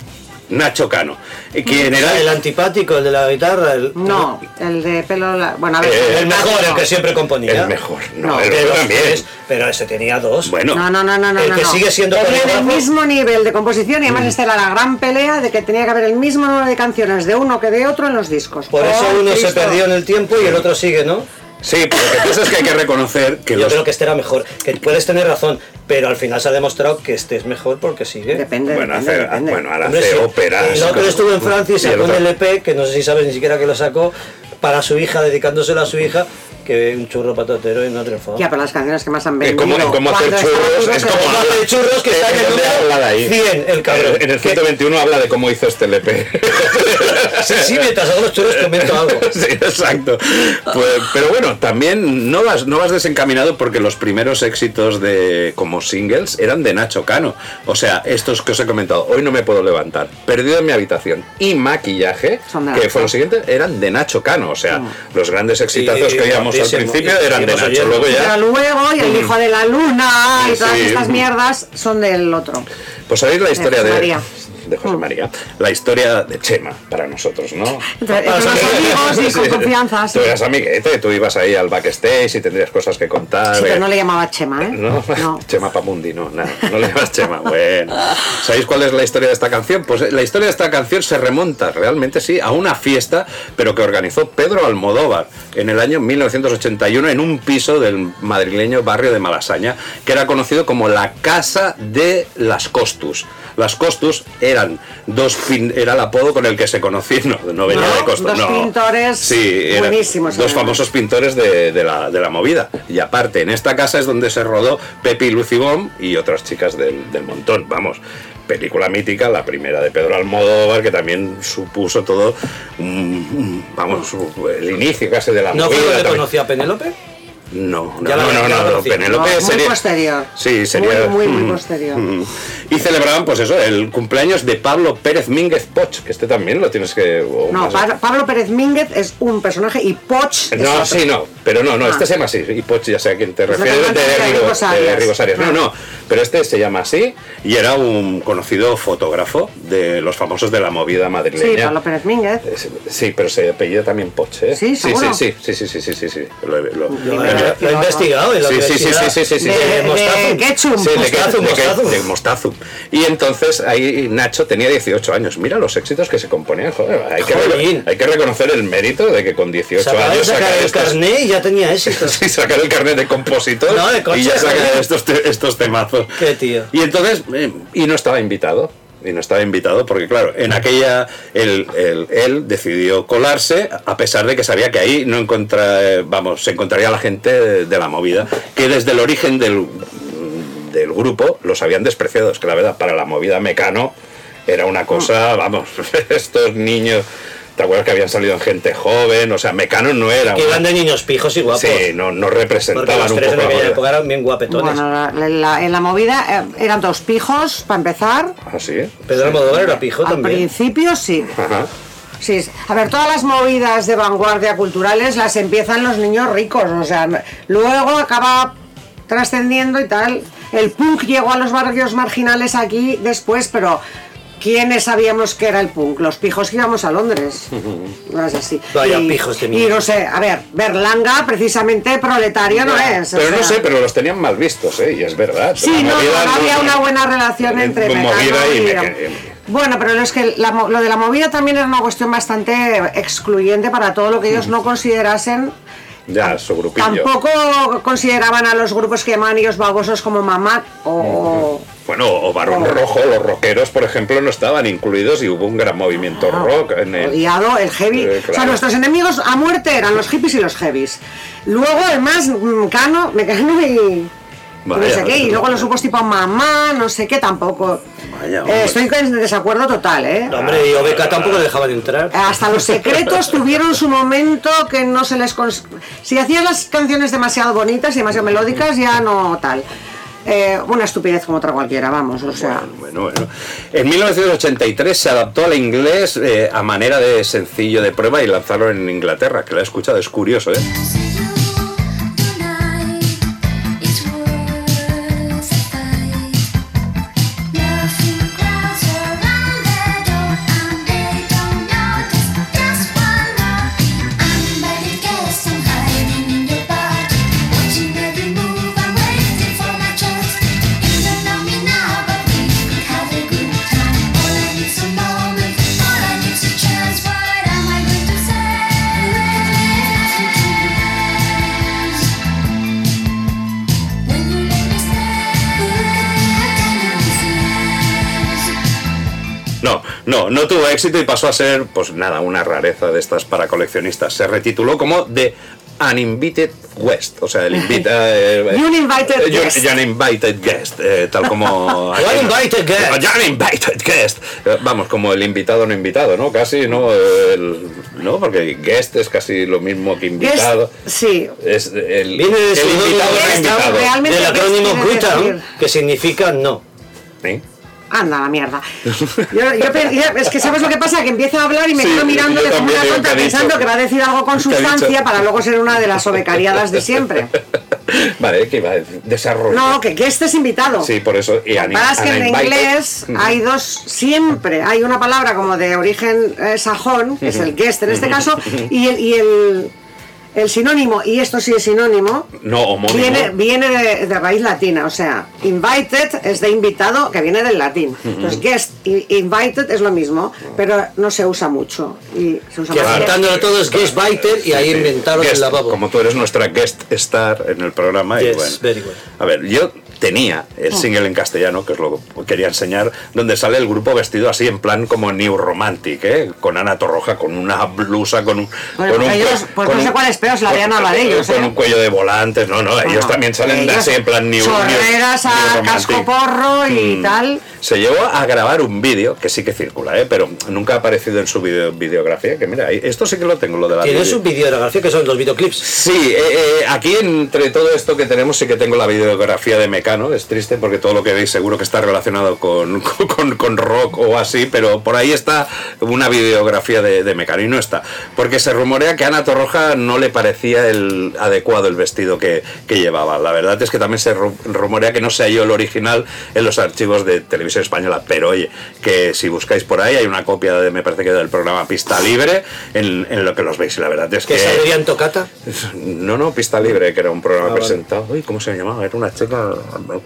[SPEAKER 2] Nacho Cano, eh, quien era
[SPEAKER 3] El antipático, el de la guitarra, el,
[SPEAKER 5] No, el de pelo. la- Bueno, a ver.
[SPEAKER 2] Eh,
[SPEAKER 3] el mejor, el que siempre componía.
[SPEAKER 2] el mejor. No,
[SPEAKER 5] No,
[SPEAKER 2] el
[SPEAKER 3] Pero,
[SPEAKER 2] otro también.
[SPEAKER 3] es- pero ese tenía dos.
[SPEAKER 2] Bueno,
[SPEAKER 5] No, no, no, no, no.
[SPEAKER 3] El que
[SPEAKER 5] no.
[SPEAKER 3] sigue siendo
[SPEAKER 5] Tenía
[SPEAKER 3] coreógrafo.
[SPEAKER 5] el mismo nivel de composición y
[SPEAKER 2] Mm.
[SPEAKER 5] además esta era la gran pelea de que tenía que haber el mismo número de canciones de uno que de otro en los discos.
[SPEAKER 3] Por eso
[SPEAKER 5] Oh,
[SPEAKER 3] uno se
[SPEAKER 5] Cristo.
[SPEAKER 3] perdió en el tiempo y el otro sigue, ¿no?
[SPEAKER 2] sí, pero lo que pasa es que hay que reconocer que
[SPEAKER 3] Yo
[SPEAKER 2] los
[SPEAKER 3] creo que este era mejor. Que puedes tener razón, pero al final se ha demostrado que este es mejor porque sigue.
[SPEAKER 5] Depende,
[SPEAKER 2] Bueno,
[SPEAKER 5] depende,
[SPEAKER 2] hace,
[SPEAKER 5] depende.
[SPEAKER 2] bueno, ahora
[SPEAKER 3] Hombre,
[SPEAKER 2] hace
[SPEAKER 3] sí.
[SPEAKER 2] óperas.
[SPEAKER 3] El otro estuvo en Francia y sacó
[SPEAKER 2] el
[SPEAKER 3] un
[SPEAKER 2] otro-
[SPEAKER 3] LP, que no sé si sabes ni siquiera que lo sacó, para su hija, dedicándoselo a su hija, que un churro patatero y no triunfó.
[SPEAKER 5] Ya, pero las canciones que más han
[SPEAKER 2] Eh,
[SPEAKER 5] vendido.
[SPEAKER 2] como- como hacer
[SPEAKER 5] cuando está
[SPEAKER 2] churros,
[SPEAKER 5] vivo
[SPEAKER 2] es
[SPEAKER 5] se
[SPEAKER 2] como-
[SPEAKER 5] les va.
[SPEAKER 3] Hace de churros que
[SPEAKER 2] Eh,
[SPEAKER 3] está en el
[SPEAKER 2] ¿dónde habla de ahí? Eh,
[SPEAKER 3] número 100, el cabrón.
[SPEAKER 2] En el
[SPEAKER 3] Que-
[SPEAKER 2] 121 habla de cómo hizo este LP.
[SPEAKER 3] Sí, sí, mientras hago los churros comento algo.
[SPEAKER 2] Sí, exacto. Pues, pero bueno, también no vas, no vas desencaminado porque los primeros éxitos de como singles eran de Nacho Cano. O sea, estos que os he comentado, hoy no me puedo levantar, perdido en mi habitación y maquillaje,
[SPEAKER 5] Son de
[SPEAKER 2] que
[SPEAKER 5] Nacho.
[SPEAKER 2] fue lo siguiente, eran de Nacho Cano. O sea, los grandes exitazos
[SPEAKER 3] Sí,
[SPEAKER 2] que oíamos al
[SPEAKER 3] guapísimo.
[SPEAKER 2] principio
[SPEAKER 3] Y
[SPEAKER 2] eran de
[SPEAKER 3] seguimos
[SPEAKER 2] Nacho.
[SPEAKER 3] oyendo.
[SPEAKER 2] Luego ya
[SPEAKER 5] Pero luego, y el hijo de la luna y
[SPEAKER 2] Mm. Sí,
[SPEAKER 5] todas
[SPEAKER 2] sí.
[SPEAKER 5] estas mierdas son del otro.
[SPEAKER 2] Pues sabéis la historia de,
[SPEAKER 5] José María. Mm.
[SPEAKER 2] de José María, la historia de Chema para nosotros, ¿no?
[SPEAKER 5] Entre, entre
[SPEAKER 3] los
[SPEAKER 5] los amigos y con
[SPEAKER 2] Sí.
[SPEAKER 5] confianza. Sí.
[SPEAKER 2] Tú eras amiguete, tú ibas ahí al backstage y tendrías cosas que contar.
[SPEAKER 5] Sí,
[SPEAKER 2] eh,
[SPEAKER 5] pero no le llamaba Chema, ¿eh?
[SPEAKER 2] ¿no?
[SPEAKER 5] No.
[SPEAKER 2] Chema Pamundi, no, nada, no le llamas Chema. Bueno, ¿sabéis cuál es la historia de esta canción? Pues eh, la historia de esta canción se remonta, realmente sí, a una fiesta, pero que organizó Pedro Almodóvar en el año 1981 en un piso del madrileño barrio de Malasaña, que era conocido como la Casa de las Costus. Las Costus eran dos pin- era el apodo con el que se conocía, no, no venía
[SPEAKER 5] ¿No?
[SPEAKER 2] de Costus,
[SPEAKER 5] Dos
[SPEAKER 2] no.
[SPEAKER 5] pintores
[SPEAKER 2] sí, eran
[SPEAKER 5] buenísimos,
[SPEAKER 2] Dos
[SPEAKER 5] además.
[SPEAKER 2] famosos pintores de, de la, de la movida. Y aparte, en esta casa es donde se rodó Pepi Lucibom y otras chicas del, del montón. Vamos, película mítica, la primera de Pedro Almodóvar, que también supuso todo, un- un- vamos, el inicio casi de la
[SPEAKER 3] ¿No fue
[SPEAKER 2] movida.
[SPEAKER 3] donde
[SPEAKER 2] también.
[SPEAKER 3] conocí a Penélope?
[SPEAKER 2] No, no,
[SPEAKER 3] Ya la-
[SPEAKER 2] no, no,
[SPEAKER 3] ya la
[SPEAKER 2] no,
[SPEAKER 3] conocí.
[SPEAKER 2] Penélope
[SPEAKER 5] No, muy
[SPEAKER 2] sería-
[SPEAKER 5] posterior.
[SPEAKER 2] Sí, sería.
[SPEAKER 5] Muy, muy, muy
[SPEAKER 2] Mm,
[SPEAKER 5] posterior.
[SPEAKER 2] mm. Y celebraban, pues eso, el cumpleaños de Pablo Pérez Mínguez Poch, que este también lo tienes que. o
[SPEAKER 5] No,
[SPEAKER 2] más-
[SPEAKER 5] Pa- Pablo Pérez Mínguez es un personaje y Poch es
[SPEAKER 2] No,
[SPEAKER 5] otro.
[SPEAKER 2] sí, no, pero no, no,
[SPEAKER 5] Ah.
[SPEAKER 2] este se llama así, y Poch ya sé a quién te
[SPEAKER 5] Pues lo que
[SPEAKER 2] refieres, de,
[SPEAKER 5] canta es de
[SPEAKER 2] Rigo,
[SPEAKER 5] Rigo Sarias.
[SPEAKER 2] de Rigo Sarias. No,
[SPEAKER 5] Ah.
[SPEAKER 2] no, pero este se llama así y era un conocido fotógrafo de los famosos de la movida madrileña.
[SPEAKER 5] Sí, Pablo Pérez Mínguez.
[SPEAKER 2] Es- Sí, pero se apellida también Poch, ¿eh? sí,
[SPEAKER 5] Sí, seguro.
[SPEAKER 2] sí, sí, sí, sí, sí, sí, sí, lo he- lo-
[SPEAKER 5] Yo
[SPEAKER 2] lo
[SPEAKER 5] la
[SPEAKER 2] he-
[SPEAKER 5] verdad-
[SPEAKER 3] Lo he investigado en la
[SPEAKER 2] Sí, sí, sí, sí,
[SPEAKER 3] universidad.
[SPEAKER 2] sí, sí, sí.
[SPEAKER 5] De-
[SPEAKER 2] De
[SPEAKER 5] de
[SPEAKER 3] Mostazu.
[SPEAKER 5] Ketchum.
[SPEAKER 2] Sí, de que-
[SPEAKER 3] Mostazu,
[SPEAKER 2] de que-
[SPEAKER 3] Mostazu.
[SPEAKER 2] de Mostazu. Y entonces ahí Nacho tenía 18 años. Mira los éxitos que se componían. joder, hay, que,
[SPEAKER 3] Jolín.
[SPEAKER 2] hay que reconocer el mérito de que con 18
[SPEAKER 3] Sacaba de
[SPEAKER 2] años
[SPEAKER 3] sacar
[SPEAKER 2] sacar
[SPEAKER 3] el
[SPEAKER 2] estos-
[SPEAKER 3] carné y ya tenía éxito.
[SPEAKER 2] Sí, sacar el carnet de compositor
[SPEAKER 3] No, de coche,
[SPEAKER 2] y ya sacar
[SPEAKER 3] joder.
[SPEAKER 2] estos, te- estos temazos.
[SPEAKER 3] Qué tío.
[SPEAKER 2] Y entonces, eh, y no estaba invitado. Y no estaba invitado porque, claro, en aquella él, él- él decidió colarse a pesar de que sabía que ahí no encontra, eh, vamos, se encontraría la gente de, de la movida, que desde el origen del, del grupo los habían despreciado. Es
[SPEAKER 3] Ah.
[SPEAKER 2] que la verdad, para la movida mecano era una cosa, vamos, estos niños ¿Te acuerdas que habían salido gente joven? O sea, Mecano no era.
[SPEAKER 3] Que
[SPEAKER 2] una-
[SPEAKER 3] iban de niños pijos y guapos.
[SPEAKER 2] Sí, no, no
[SPEAKER 3] porque
[SPEAKER 2] representaban
[SPEAKER 3] los
[SPEAKER 2] un
[SPEAKER 3] tres
[SPEAKER 2] poco
[SPEAKER 3] en
[SPEAKER 2] la
[SPEAKER 3] aquella
[SPEAKER 2] moda.
[SPEAKER 3] época eran bien guapetones.
[SPEAKER 5] Bueno, la- la- la- en la movida eh, eran dos pijos, para empezar.
[SPEAKER 2] Ah, sí, ¿eh?
[SPEAKER 3] Pedro Almodóvar era pijo
[SPEAKER 5] Al
[SPEAKER 3] también.
[SPEAKER 5] principio sí.
[SPEAKER 2] Ajá.
[SPEAKER 5] Sí, sí. a ver, todas las movidas de vanguardia culturales las empiezan los niños ricos, o sea, n- luego acaba trascendiendo y tal. El punk llegó a los barrios marginales aquí después, pero ¿quiénes sabíamos que era el punk? Los pijos que íbamos a Londres. No es así.
[SPEAKER 3] Vaya
[SPEAKER 5] y,
[SPEAKER 3] pijos de
[SPEAKER 5] Y
[SPEAKER 3] mierda.
[SPEAKER 5] no sé, a ver, Berlanga precisamente proletario no, es. o
[SPEAKER 2] Pero no
[SPEAKER 5] sea.
[SPEAKER 2] sé, pero los tenían mal vistos, ¿eh? Y es verdad.
[SPEAKER 5] Sí,
[SPEAKER 2] La
[SPEAKER 5] no,
[SPEAKER 2] movida
[SPEAKER 5] no había una buena relación
[SPEAKER 2] eh,
[SPEAKER 5] entre
[SPEAKER 2] movida
[SPEAKER 5] Mecano
[SPEAKER 2] y eh,
[SPEAKER 5] y-
[SPEAKER 2] Mecano.
[SPEAKER 5] Bueno, pero es que la mo- lo de la movida también era una cuestión bastante excluyente para todo lo que ellos no considerasen.
[SPEAKER 2] Ya, su grupillo.
[SPEAKER 5] Tampoco consideraban a los grupos que llamaban ellos babosos como mamá o...
[SPEAKER 2] Bueno, o Barón
[SPEAKER 5] Bueno.
[SPEAKER 2] Rojo, los rockeros, por ejemplo, no estaban incluidos y hubo un gran movimiento
[SPEAKER 5] Ah,
[SPEAKER 2] rock en el...
[SPEAKER 5] odiado, el heavy.
[SPEAKER 2] Eh,
[SPEAKER 5] O sea,
[SPEAKER 2] claro.
[SPEAKER 5] nuestros enemigos a muerte eran los hippies y los heavies. Luego, además, mm, Cano, Mecano y...
[SPEAKER 2] Vaya,
[SPEAKER 5] no sé qué, y
[SPEAKER 2] vaya.
[SPEAKER 5] luego los grupos tipo mamá, no sé qué tampoco.
[SPEAKER 2] Vaya,
[SPEAKER 5] Eh,
[SPEAKER 2] hombre.
[SPEAKER 5] estoy en desacuerdo total, ¿eh?
[SPEAKER 3] No, hombre, y OBK tampoco le dejaban entrar.
[SPEAKER 5] Hasta los secretos tuvieron su momento que no se les... cons- Si hacías las canciones demasiado bonitas y demasiado melódicas, ya no tal. Eh, una estupidez como otra cualquiera, vamos, o sea...
[SPEAKER 2] Bueno, bueno. En 1983 se adaptó al inglés eh, a manera de sencillo de prueba y lanzaron en Inglaterra, que lo he escuchado, es curioso, ¿eh?
[SPEAKER 10] What am I going to say? When you let me stay, I cannot resist.
[SPEAKER 2] No, no, no tuvo éxito y pasó a ser, pues nada, una rareza de estas para coleccionistas. Se retituló como The Uninvited West, o sea, el invita... eh, eh,
[SPEAKER 5] The Uninvited
[SPEAKER 2] eh,
[SPEAKER 5] Guest.
[SPEAKER 2] The Uninvited Guest, eh, tal como...
[SPEAKER 3] The Uninvited Guest.
[SPEAKER 2] The Uninvited Guest. Eh, Vamos, como el invitado no invitado, ¿no? Casi, ¿no? El- ¿No? Porque guest es casi lo mismo que
[SPEAKER 5] que es-
[SPEAKER 2] invitado.
[SPEAKER 5] sí,
[SPEAKER 2] Es el,
[SPEAKER 3] Viene de
[SPEAKER 2] el
[SPEAKER 3] su
[SPEAKER 2] invitado
[SPEAKER 3] nombre,
[SPEAKER 2] no
[SPEAKER 5] es
[SPEAKER 2] invitado.
[SPEAKER 5] real. Realmente
[SPEAKER 3] Del
[SPEAKER 5] ves,
[SPEAKER 3] acrónimo
[SPEAKER 5] quiere
[SPEAKER 3] Good Town,
[SPEAKER 5] decir-
[SPEAKER 3] que significa no.
[SPEAKER 2] ¿Eh?
[SPEAKER 5] anda la mierda. Yo, yo pe- ya- es que sabes lo que pasa, que empiezo a hablar y me
[SPEAKER 2] Sí,
[SPEAKER 5] quedo mirando
[SPEAKER 2] yo
[SPEAKER 5] como
[SPEAKER 2] también
[SPEAKER 5] una
[SPEAKER 2] digo que
[SPEAKER 5] tonta
[SPEAKER 2] ha dicho-
[SPEAKER 5] pensando que va a decir algo con
[SPEAKER 2] que ha dicho-
[SPEAKER 5] sustancia para luego ser una de las obecariadas de siempre.
[SPEAKER 2] Vale, que iba a decir? desarrollo.
[SPEAKER 5] No, que, que este es invitado.
[SPEAKER 2] Sí, por eso. Y ani-
[SPEAKER 5] Pasa que en
[SPEAKER 2] uninvited.
[SPEAKER 5] inglés
[SPEAKER 2] Mm.
[SPEAKER 5] hay dos, siempre hay una palabra como de origen eh, sajón, que es el guest en este caso, y el, y el, el sinónimo, y esto sí es sinónimo,
[SPEAKER 2] No, homónimo.
[SPEAKER 5] viene, viene de, de raíz latina, o sea, invited es de invitado, que viene del latín. Entonces, guest y invited es lo mismo, pero no se usa mucho. Y se usa
[SPEAKER 3] Que
[SPEAKER 5] más
[SPEAKER 2] Claro.
[SPEAKER 3] juntándolo todo es Guest Biter y ahí
[SPEAKER 2] Sí, sí.
[SPEAKER 3] inventaron
[SPEAKER 2] Guest,
[SPEAKER 3] el lavabo.
[SPEAKER 2] Como tú eres nuestra guest star en el programa. y
[SPEAKER 3] Yes,
[SPEAKER 2] bueno.
[SPEAKER 3] very well.
[SPEAKER 2] A ver, yo tenía
[SPEAKER 5] Mm.
[SPEAKER 2] el single en castellano, que os lo quería enseñar, donde sale el grupo vestido así en plan como New Romantic, ¿eh? con Ana Torroja, con una blusa, con un.
[SPEAKER 5] Bueno,
[SPEAKER 2] con un
[SPEAKER 5] ellos,
[SPEAKER 2] cue-
[SPEAKER 5] pues
[SPEAKER 2] con
[SPEAKER 5] no sé
[SPEAKER 2] un-
[SPEAKER 5] cuál es peor, si la
[SPEAKER 2] con-
[SPEAKER 5] habían hablado de ellos,
[SPEAKER 2] Con
[SPEAKER 5] ¿eh?
[SPEAKER 2] un cuello de volantes, no, no, ellos
[SPEAKER 5] Bueno,
[SPEAKER 2] también salen
[SPEAKER 5] ellos-
[SPEAKER 2] así en plan New, new-
[SPEAKER 5] Chorreras
[SPEAKER 2] new
[SPEAKER 5] a
[SPEAKER 2] Romantic.
[SPEAKER 5] casco porro y
[SPEAKER 2] Mm.
[SPEAKER 5] tal.
[SPEAKER 2] Se llevó a grabar un vídeo que sí que circula, ¿eh? pero nunca ha aparecido en su video- videografía. Que mira, ahí- esto sí que lo tengo, lo de la
[SPEAKER 3] Tienes
[SPEAKER 2] video-
[SPEAKER 3] un videografía que son los videoclips.
[SPEAKER 2] Sí, eh, eh, aquí entre todo esto que tenemos sí que tengo la videografía de Mecano, es triste porque todo lo que veis seguro que está relacionado con, con, con rock o así, pero por ahí está una videografía de, de Mecano y no está, porque se rumorea que a Ana Torroja no le parecía el adecuado el vestido que, que llevaba. La verdad es que también se ru- rumorea que no se halló el original en los archivos de Televisión Española, pero oye, que si buscáis por ahí hay una copia, de, me parece que del programa Pista Libre, en, en lo que los veis y la verdad es que...
[SPEAKER 3] Que saldrían tocata.
[SPEAKER 2] No, no, Pista Libre, que era un programa
[SPEAKER 3] Ah, vale.
[SPEAKER 2] presentado. Uy, ¿cómo se llamaba? Era una chica.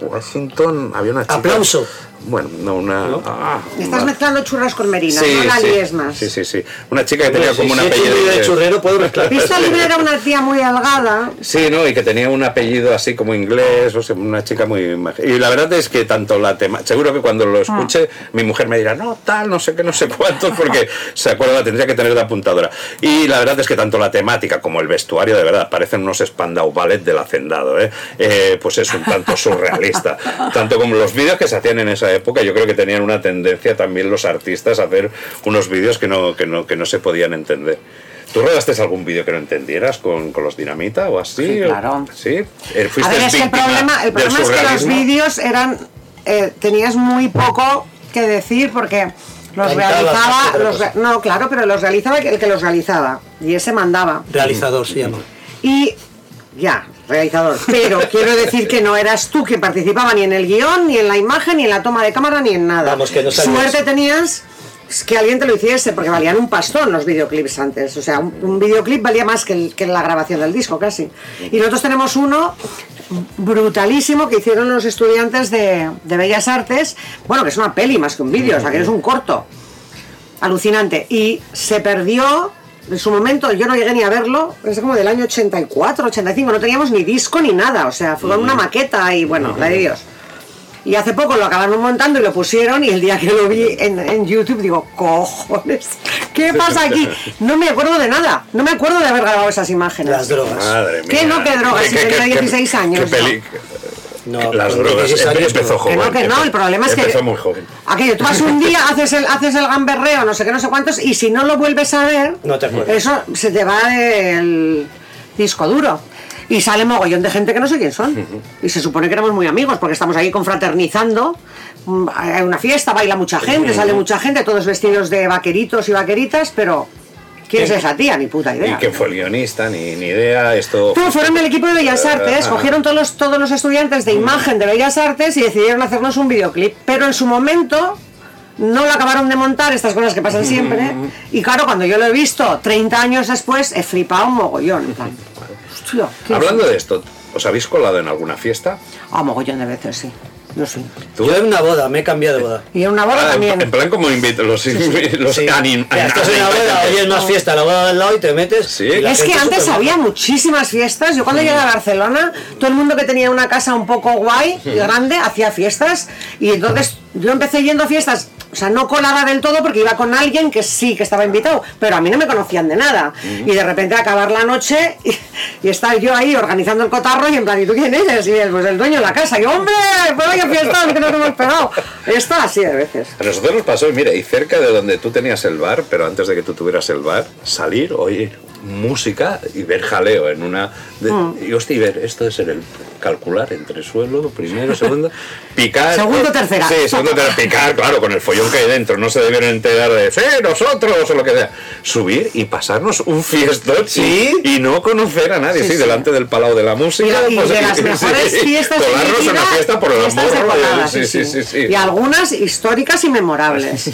[SPEAKER 2] Washington, había una chica.
[SPEAKER 3] Aplauso.
[SPEAKER 2] Bueno, no, una. ah,
[SPEAKER 5] Estás
[SPEAKER 2] una-
[SPEAKER 5] mezclando churras con merina,
[SPEAKER 2] Sí,
[SPEAKER 5] no la
[SPEAKER 2] sí,
[SPEAKER 5] líes más.
[SPEAKER 2] Sí, sí, sí. Una chica que
[SPEAKER 3] Hombre,
[SPEAKER 2] tenía
[SPEAKER 3] si-
[SPEAKER 2] como un
[SPEAKER 3] Pues, si he hecho un
[SPEAKER 2] apellido.
[SPEAKER 3] vídeo de churrero, puedo mezclar.
[SPEAKER 5] Pista Libre era una tía muy algada.
[SPEAKER 2] Sí, ¿no? Y que tenía un apellido así como inglés, o sea, una chica muy... Y la verdad es que tanto la tema... Seguro que cuando lo escuche, mi mujer me dirá, no, tal, no sé qué, no sé cuántos, porque se acuerda, tendría que tener de apuntadora. Y la verdad es que tanto la temática como el vestuario, de verdad, parecen unos Spandau Ballet del hacendado, ¿eh? Eh, pues es un tanto surrealista. Tanto como los vídeos que se hacían en esa época, yo creo que tenían una tendencia también los artistas a hacer unos vídeos que no, que no, que no se podían entender. ¿Tú rodaste algún vídeo que no entendieras con, con los dinamita o así?
[SPEAKER 5] Sí, claro.
[SPEAKER 2] Sí. Eh,
[SPEAKER 5] A
[SPEAKER 2] fuiste
[SPEAKER 5] ver, es que el
[SPEAKER 2] víctima
[SPEAKER 5] problema, el
[SPEAKER 2] del
[SPEAKER 5] problema es que los
[SPEAKER 2] surrealismo.
[SPEAKER 5] vídeos eran. eh, tenías muy poco que decir porque los
[SPEAKER 3] Cantabas más que
[SPEAKER 5] realizaba.
[SPEAKER 3] otra
[SPEAKER 5] los re- no, claro, pero los realizaba el que los realizaba. Y ese mandaba.
[SPEAKER 3] Realizador se llama.
[SPEAKER 5] Y ya, realizador. Pero quiero decir que no eras tú que participaba ni en el guión, ni en la imagen, ni en la toma de cámara, ni en nada.
[SPEAKER 3] Vamos, que no sabías.
[SPEAKER 5] Suerte tenías pues, que alguien te lo hiciese, porque valían un pastón los videoclips antes. O sea, un, un videoclip valía más que, el- que la grabación del disco casi. Y nosotros tenemos uno brutalísimo que hicieron los estudiantes de, de Bellas Artes. Bueno, que es una peli más que un vídeo, o sea, que es un corto alucinante. Y se perdió en su momento, yo no llegué ni a verlo, es como del año 84, 85, no teníamos ni disco ni nada, o sea, fue con
[SPEAKER 2] Mm.
[SPEAKER 5] una maqueta y bueno, la de Dios. Y hace poco lo acabaron montando y lo pusieron y el día que lo vi en, en YouTube digo, cojones, ¿qué pasa aquí? No me acuerdo de nada, no me acuerdo de haber grabado esas imágenes.
[SPEAKER 3] Las drogas.
[SPEAKER 2] Madre mía.
[SPEAKER 5] ¿Qué no, qué droga?
[SPEAKER 2] ¿Qué-
[SPEAKER 5] Si
[SPEAKER 2] qué-
[SPEAKER 5] tenía
[SPEAKER 2] qué-
[SPEAKER 5] 16
[SPEAKER 2] qué
[SPEAKER 5] años,
[SPEAKER 2] peli-
[SPEAKER 3] No,
[SPEAKER 2] Las
[SPEAKER 3] con
[SPEAKER 2] drogas.
[SPEAKER 3] 16
[SPEAKER 2] Empe-
[SPEAKER 3] años,
[SPEAKER 2] Empezó
[SPEAKER 5] Que
[SPEAKER 3] no.
[SPEAKER 2] joven.
[SPEAKER 5] no, que no,
[SPEAKER 2] empe-
[SPEAKER 5] el problema es que.
[SPEAKER 2] Empezó muy joven.
[SPEAKER 5] Aquello, tú vas un día, haces el, haces el gamberreo, no sé qué, no sé cuántos, y si no lo vuelves a ver,
[SPEAKER 3] No te acuerdas.
[SPEAKER 5] eso se te va del disco duro. Y sale mogollón de gente que no sé quién son. Y se supone que éramos muy amigos, porque estamos ahí confraternizando. mm, Hay una fiesta, baila mucha gente, sale mucha gente, todos vestidos de vaqueritos y vaqueritas, pero. ¿Quién es esa tía? Ni puta idea.
[SPEAKER 2] Y que fue el guionista, ni, ni idea, esto...
[SPEAKER 5] Tú, fueron el equipo de Bellas Artes,
[SPEAKER 2] Ah.
[SPEAKER 5] cogieron todos los, todos los estudiantes de imagen de Bellas Artes y decidieron hacernos un videoclip. Pero en su momento no lo acabaron de montar, estas cosas que pasan siempre. Y claro, cuando yo lo he visto 30 años después, he flipado un mogollón. en plan, hostia, ¿qué
[SPEAKER 2] ah. Hablando de esto, ¿os habéis colado en alguna fiesta?
[SPEAKER 5] es? Ah, mogollón de veces, sí. Yo sí.
[SPEAKER 2] ¿Tú?
[SPEAKER 3] Yo en una boda, me he cambiado de boda.
[SPEAKER 5] Y en una boda
[SPEAKER 2] Ah, en-
[SPEAKER 5] también.
[SPEAKER 2] En plan como invito, los, los
[SPEAKER 3] Sí.
[SPEAKER 2] anim-
[SPEAKER 3] Ya, estás en una
[SPEAKER 2] anim-
[SPEAKER 3] boda, hoy es más fiesta, la boda del lado y te metes.
[SPEAKER 2] Sí.
[SPEAKER 3] y la
[SPEAKER 5] Es que
[SPEAKER 3] gente
[SPEAKER 5] antes
[SPEAKER 3] súper
[SPEAKER 5] había
[SPEAKER 3] maja.
[SPEAKER 5] muchísimas fiestas. Yo cuando llegué a Barcelona, todo el mundo que tenía una casa un poco guay, grande, hacía fiestas. Y entonces yo empecé yendo a fiestas. O sea, no colaba del todo porque iba con alguien que sí que estaba invitado, pero a mí no me conocían de nada. Y de repente acabar la noche y, y estar yo ahí organizando el cotarro y en plan, ¿y tú quién eres? Y él, pues el dueño de la casa. Y yo, hombre, pues vaya fiesta, que nos hemos pegado. Está así de veces.
[SPEAKER 2] A nosotros nos pasó, y mira, y cerca de donde tú tenías el bar, pero antes de que tú tuvieras el bar, salir, oír música y ver jaleo en una... de-
[SPEAKER 5] Mm.
[SPEAKER 2] Y hostia, y ver, esto es en el calcular entre suelo, primero, segundo, picar...
[SPEAKER 5] Segundo, tercera.
[SPEAKER 2] Sí, segundo, tercera, picar, claro, con el follón que hay dentro, no se debieron enterar de, sí, nosotros, o lo que sea. Subir y pasarnos un fiestón
[SPEAKER 3] Sí.
[SPEAKER 2] y, y no conocer a nadie, sí, delante del Palau de la Música.
[SPEAKER 5] Mira, y
[SPEAKER 2] pues,
[SPEAKER 5] de las
[SPEAKER 2] sí,
[SPEAKER 5] mejores
[SPEAKER 2] sí,
[SPEAKER 5] fiestas de mi
[SPEAKER 2] colarnos en
[SPEAKER 5] vida,
[SPEAKER 2] la fiesta por el
[SPEAKER 5] fiestas de
[SPEAKER 2] amor,
[SPEAKER 5] coladas,
[SPEAKER 2] sí, sí, sí, sí.
[SPEAKER 5] Y algunas históricas y memorables.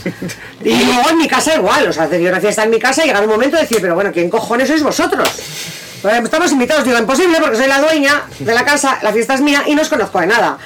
[SPEAKER 5] y luego en mi casa igual, o sea, hacer yo una fiesta en mi casa y llegar un momento de decir, pero bueno, ¿quién cojones sois vosotros? Bueno, Estamos invitados, digo, imposible porque soy la dueña de la casa, la fiesta es mía y no os conozco de nada.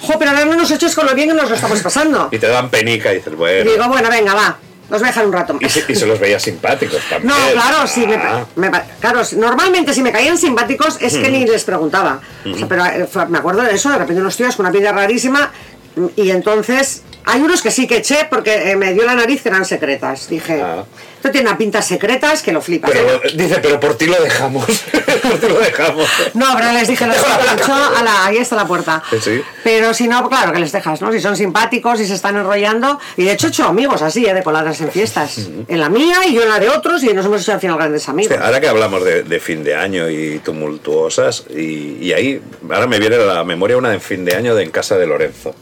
[SPEAKER 5] Jo, pero ahora no nos echéis con lo bien que nos lo estamos pasando.
[SPEAKER 2] Y te dan penica y dices, bueno...
[SPEAKER 5] Y digo, bueno, venga, va, os voy a dejar un rato
[SPEAKER 2] Y
[SPEAKER 5] más.
[SPEAKER 2] se, y se los veía simpáticos también.
[SPEAKER 5] No, claro, sí. Me,
[SPEAKER 2] Ah.
[SPEAKER 5] me- claro, si- normalmente si me caían simpáticos es que ni les preguntaba. O sea, pero eh, fue- me acuerdo de eso, de repente unos tíos con una piedra rarísima mm, y entonces hay unos que sí que eché porque eh, me dio la nariz que eran secretas. Dije,
[SPEAKER 2] Ah.
[SPEAKER 5] esto tiene una pinta secretas que lo flipas. ¿eh?".
[SPEAKER 2] Pero dice, pero por ti lo dejamos. por ti lo dejamos.
[SPEAKER 5] No, pero les dije, los escucho, a la, ahí está la puerta.
[SPEAKER 2] Eh, sí.
[SPEAKER 5] Pero si no, claro que les dejas, ¿no? Si son simpáticos y se están enrollando. Y de hecho, he hecho amigos así, ¿eh? de coladas en fiestas. En la mía y yo en la de otros y nos hemos hecho al final grandes amigos.
[SPEAKER 2] Hostia, ahora que hablamos de, de fin de año y tumultuosas, y, y ahí, ahora me viene a la memoria una de fin de año de En Casa de Lorenzo.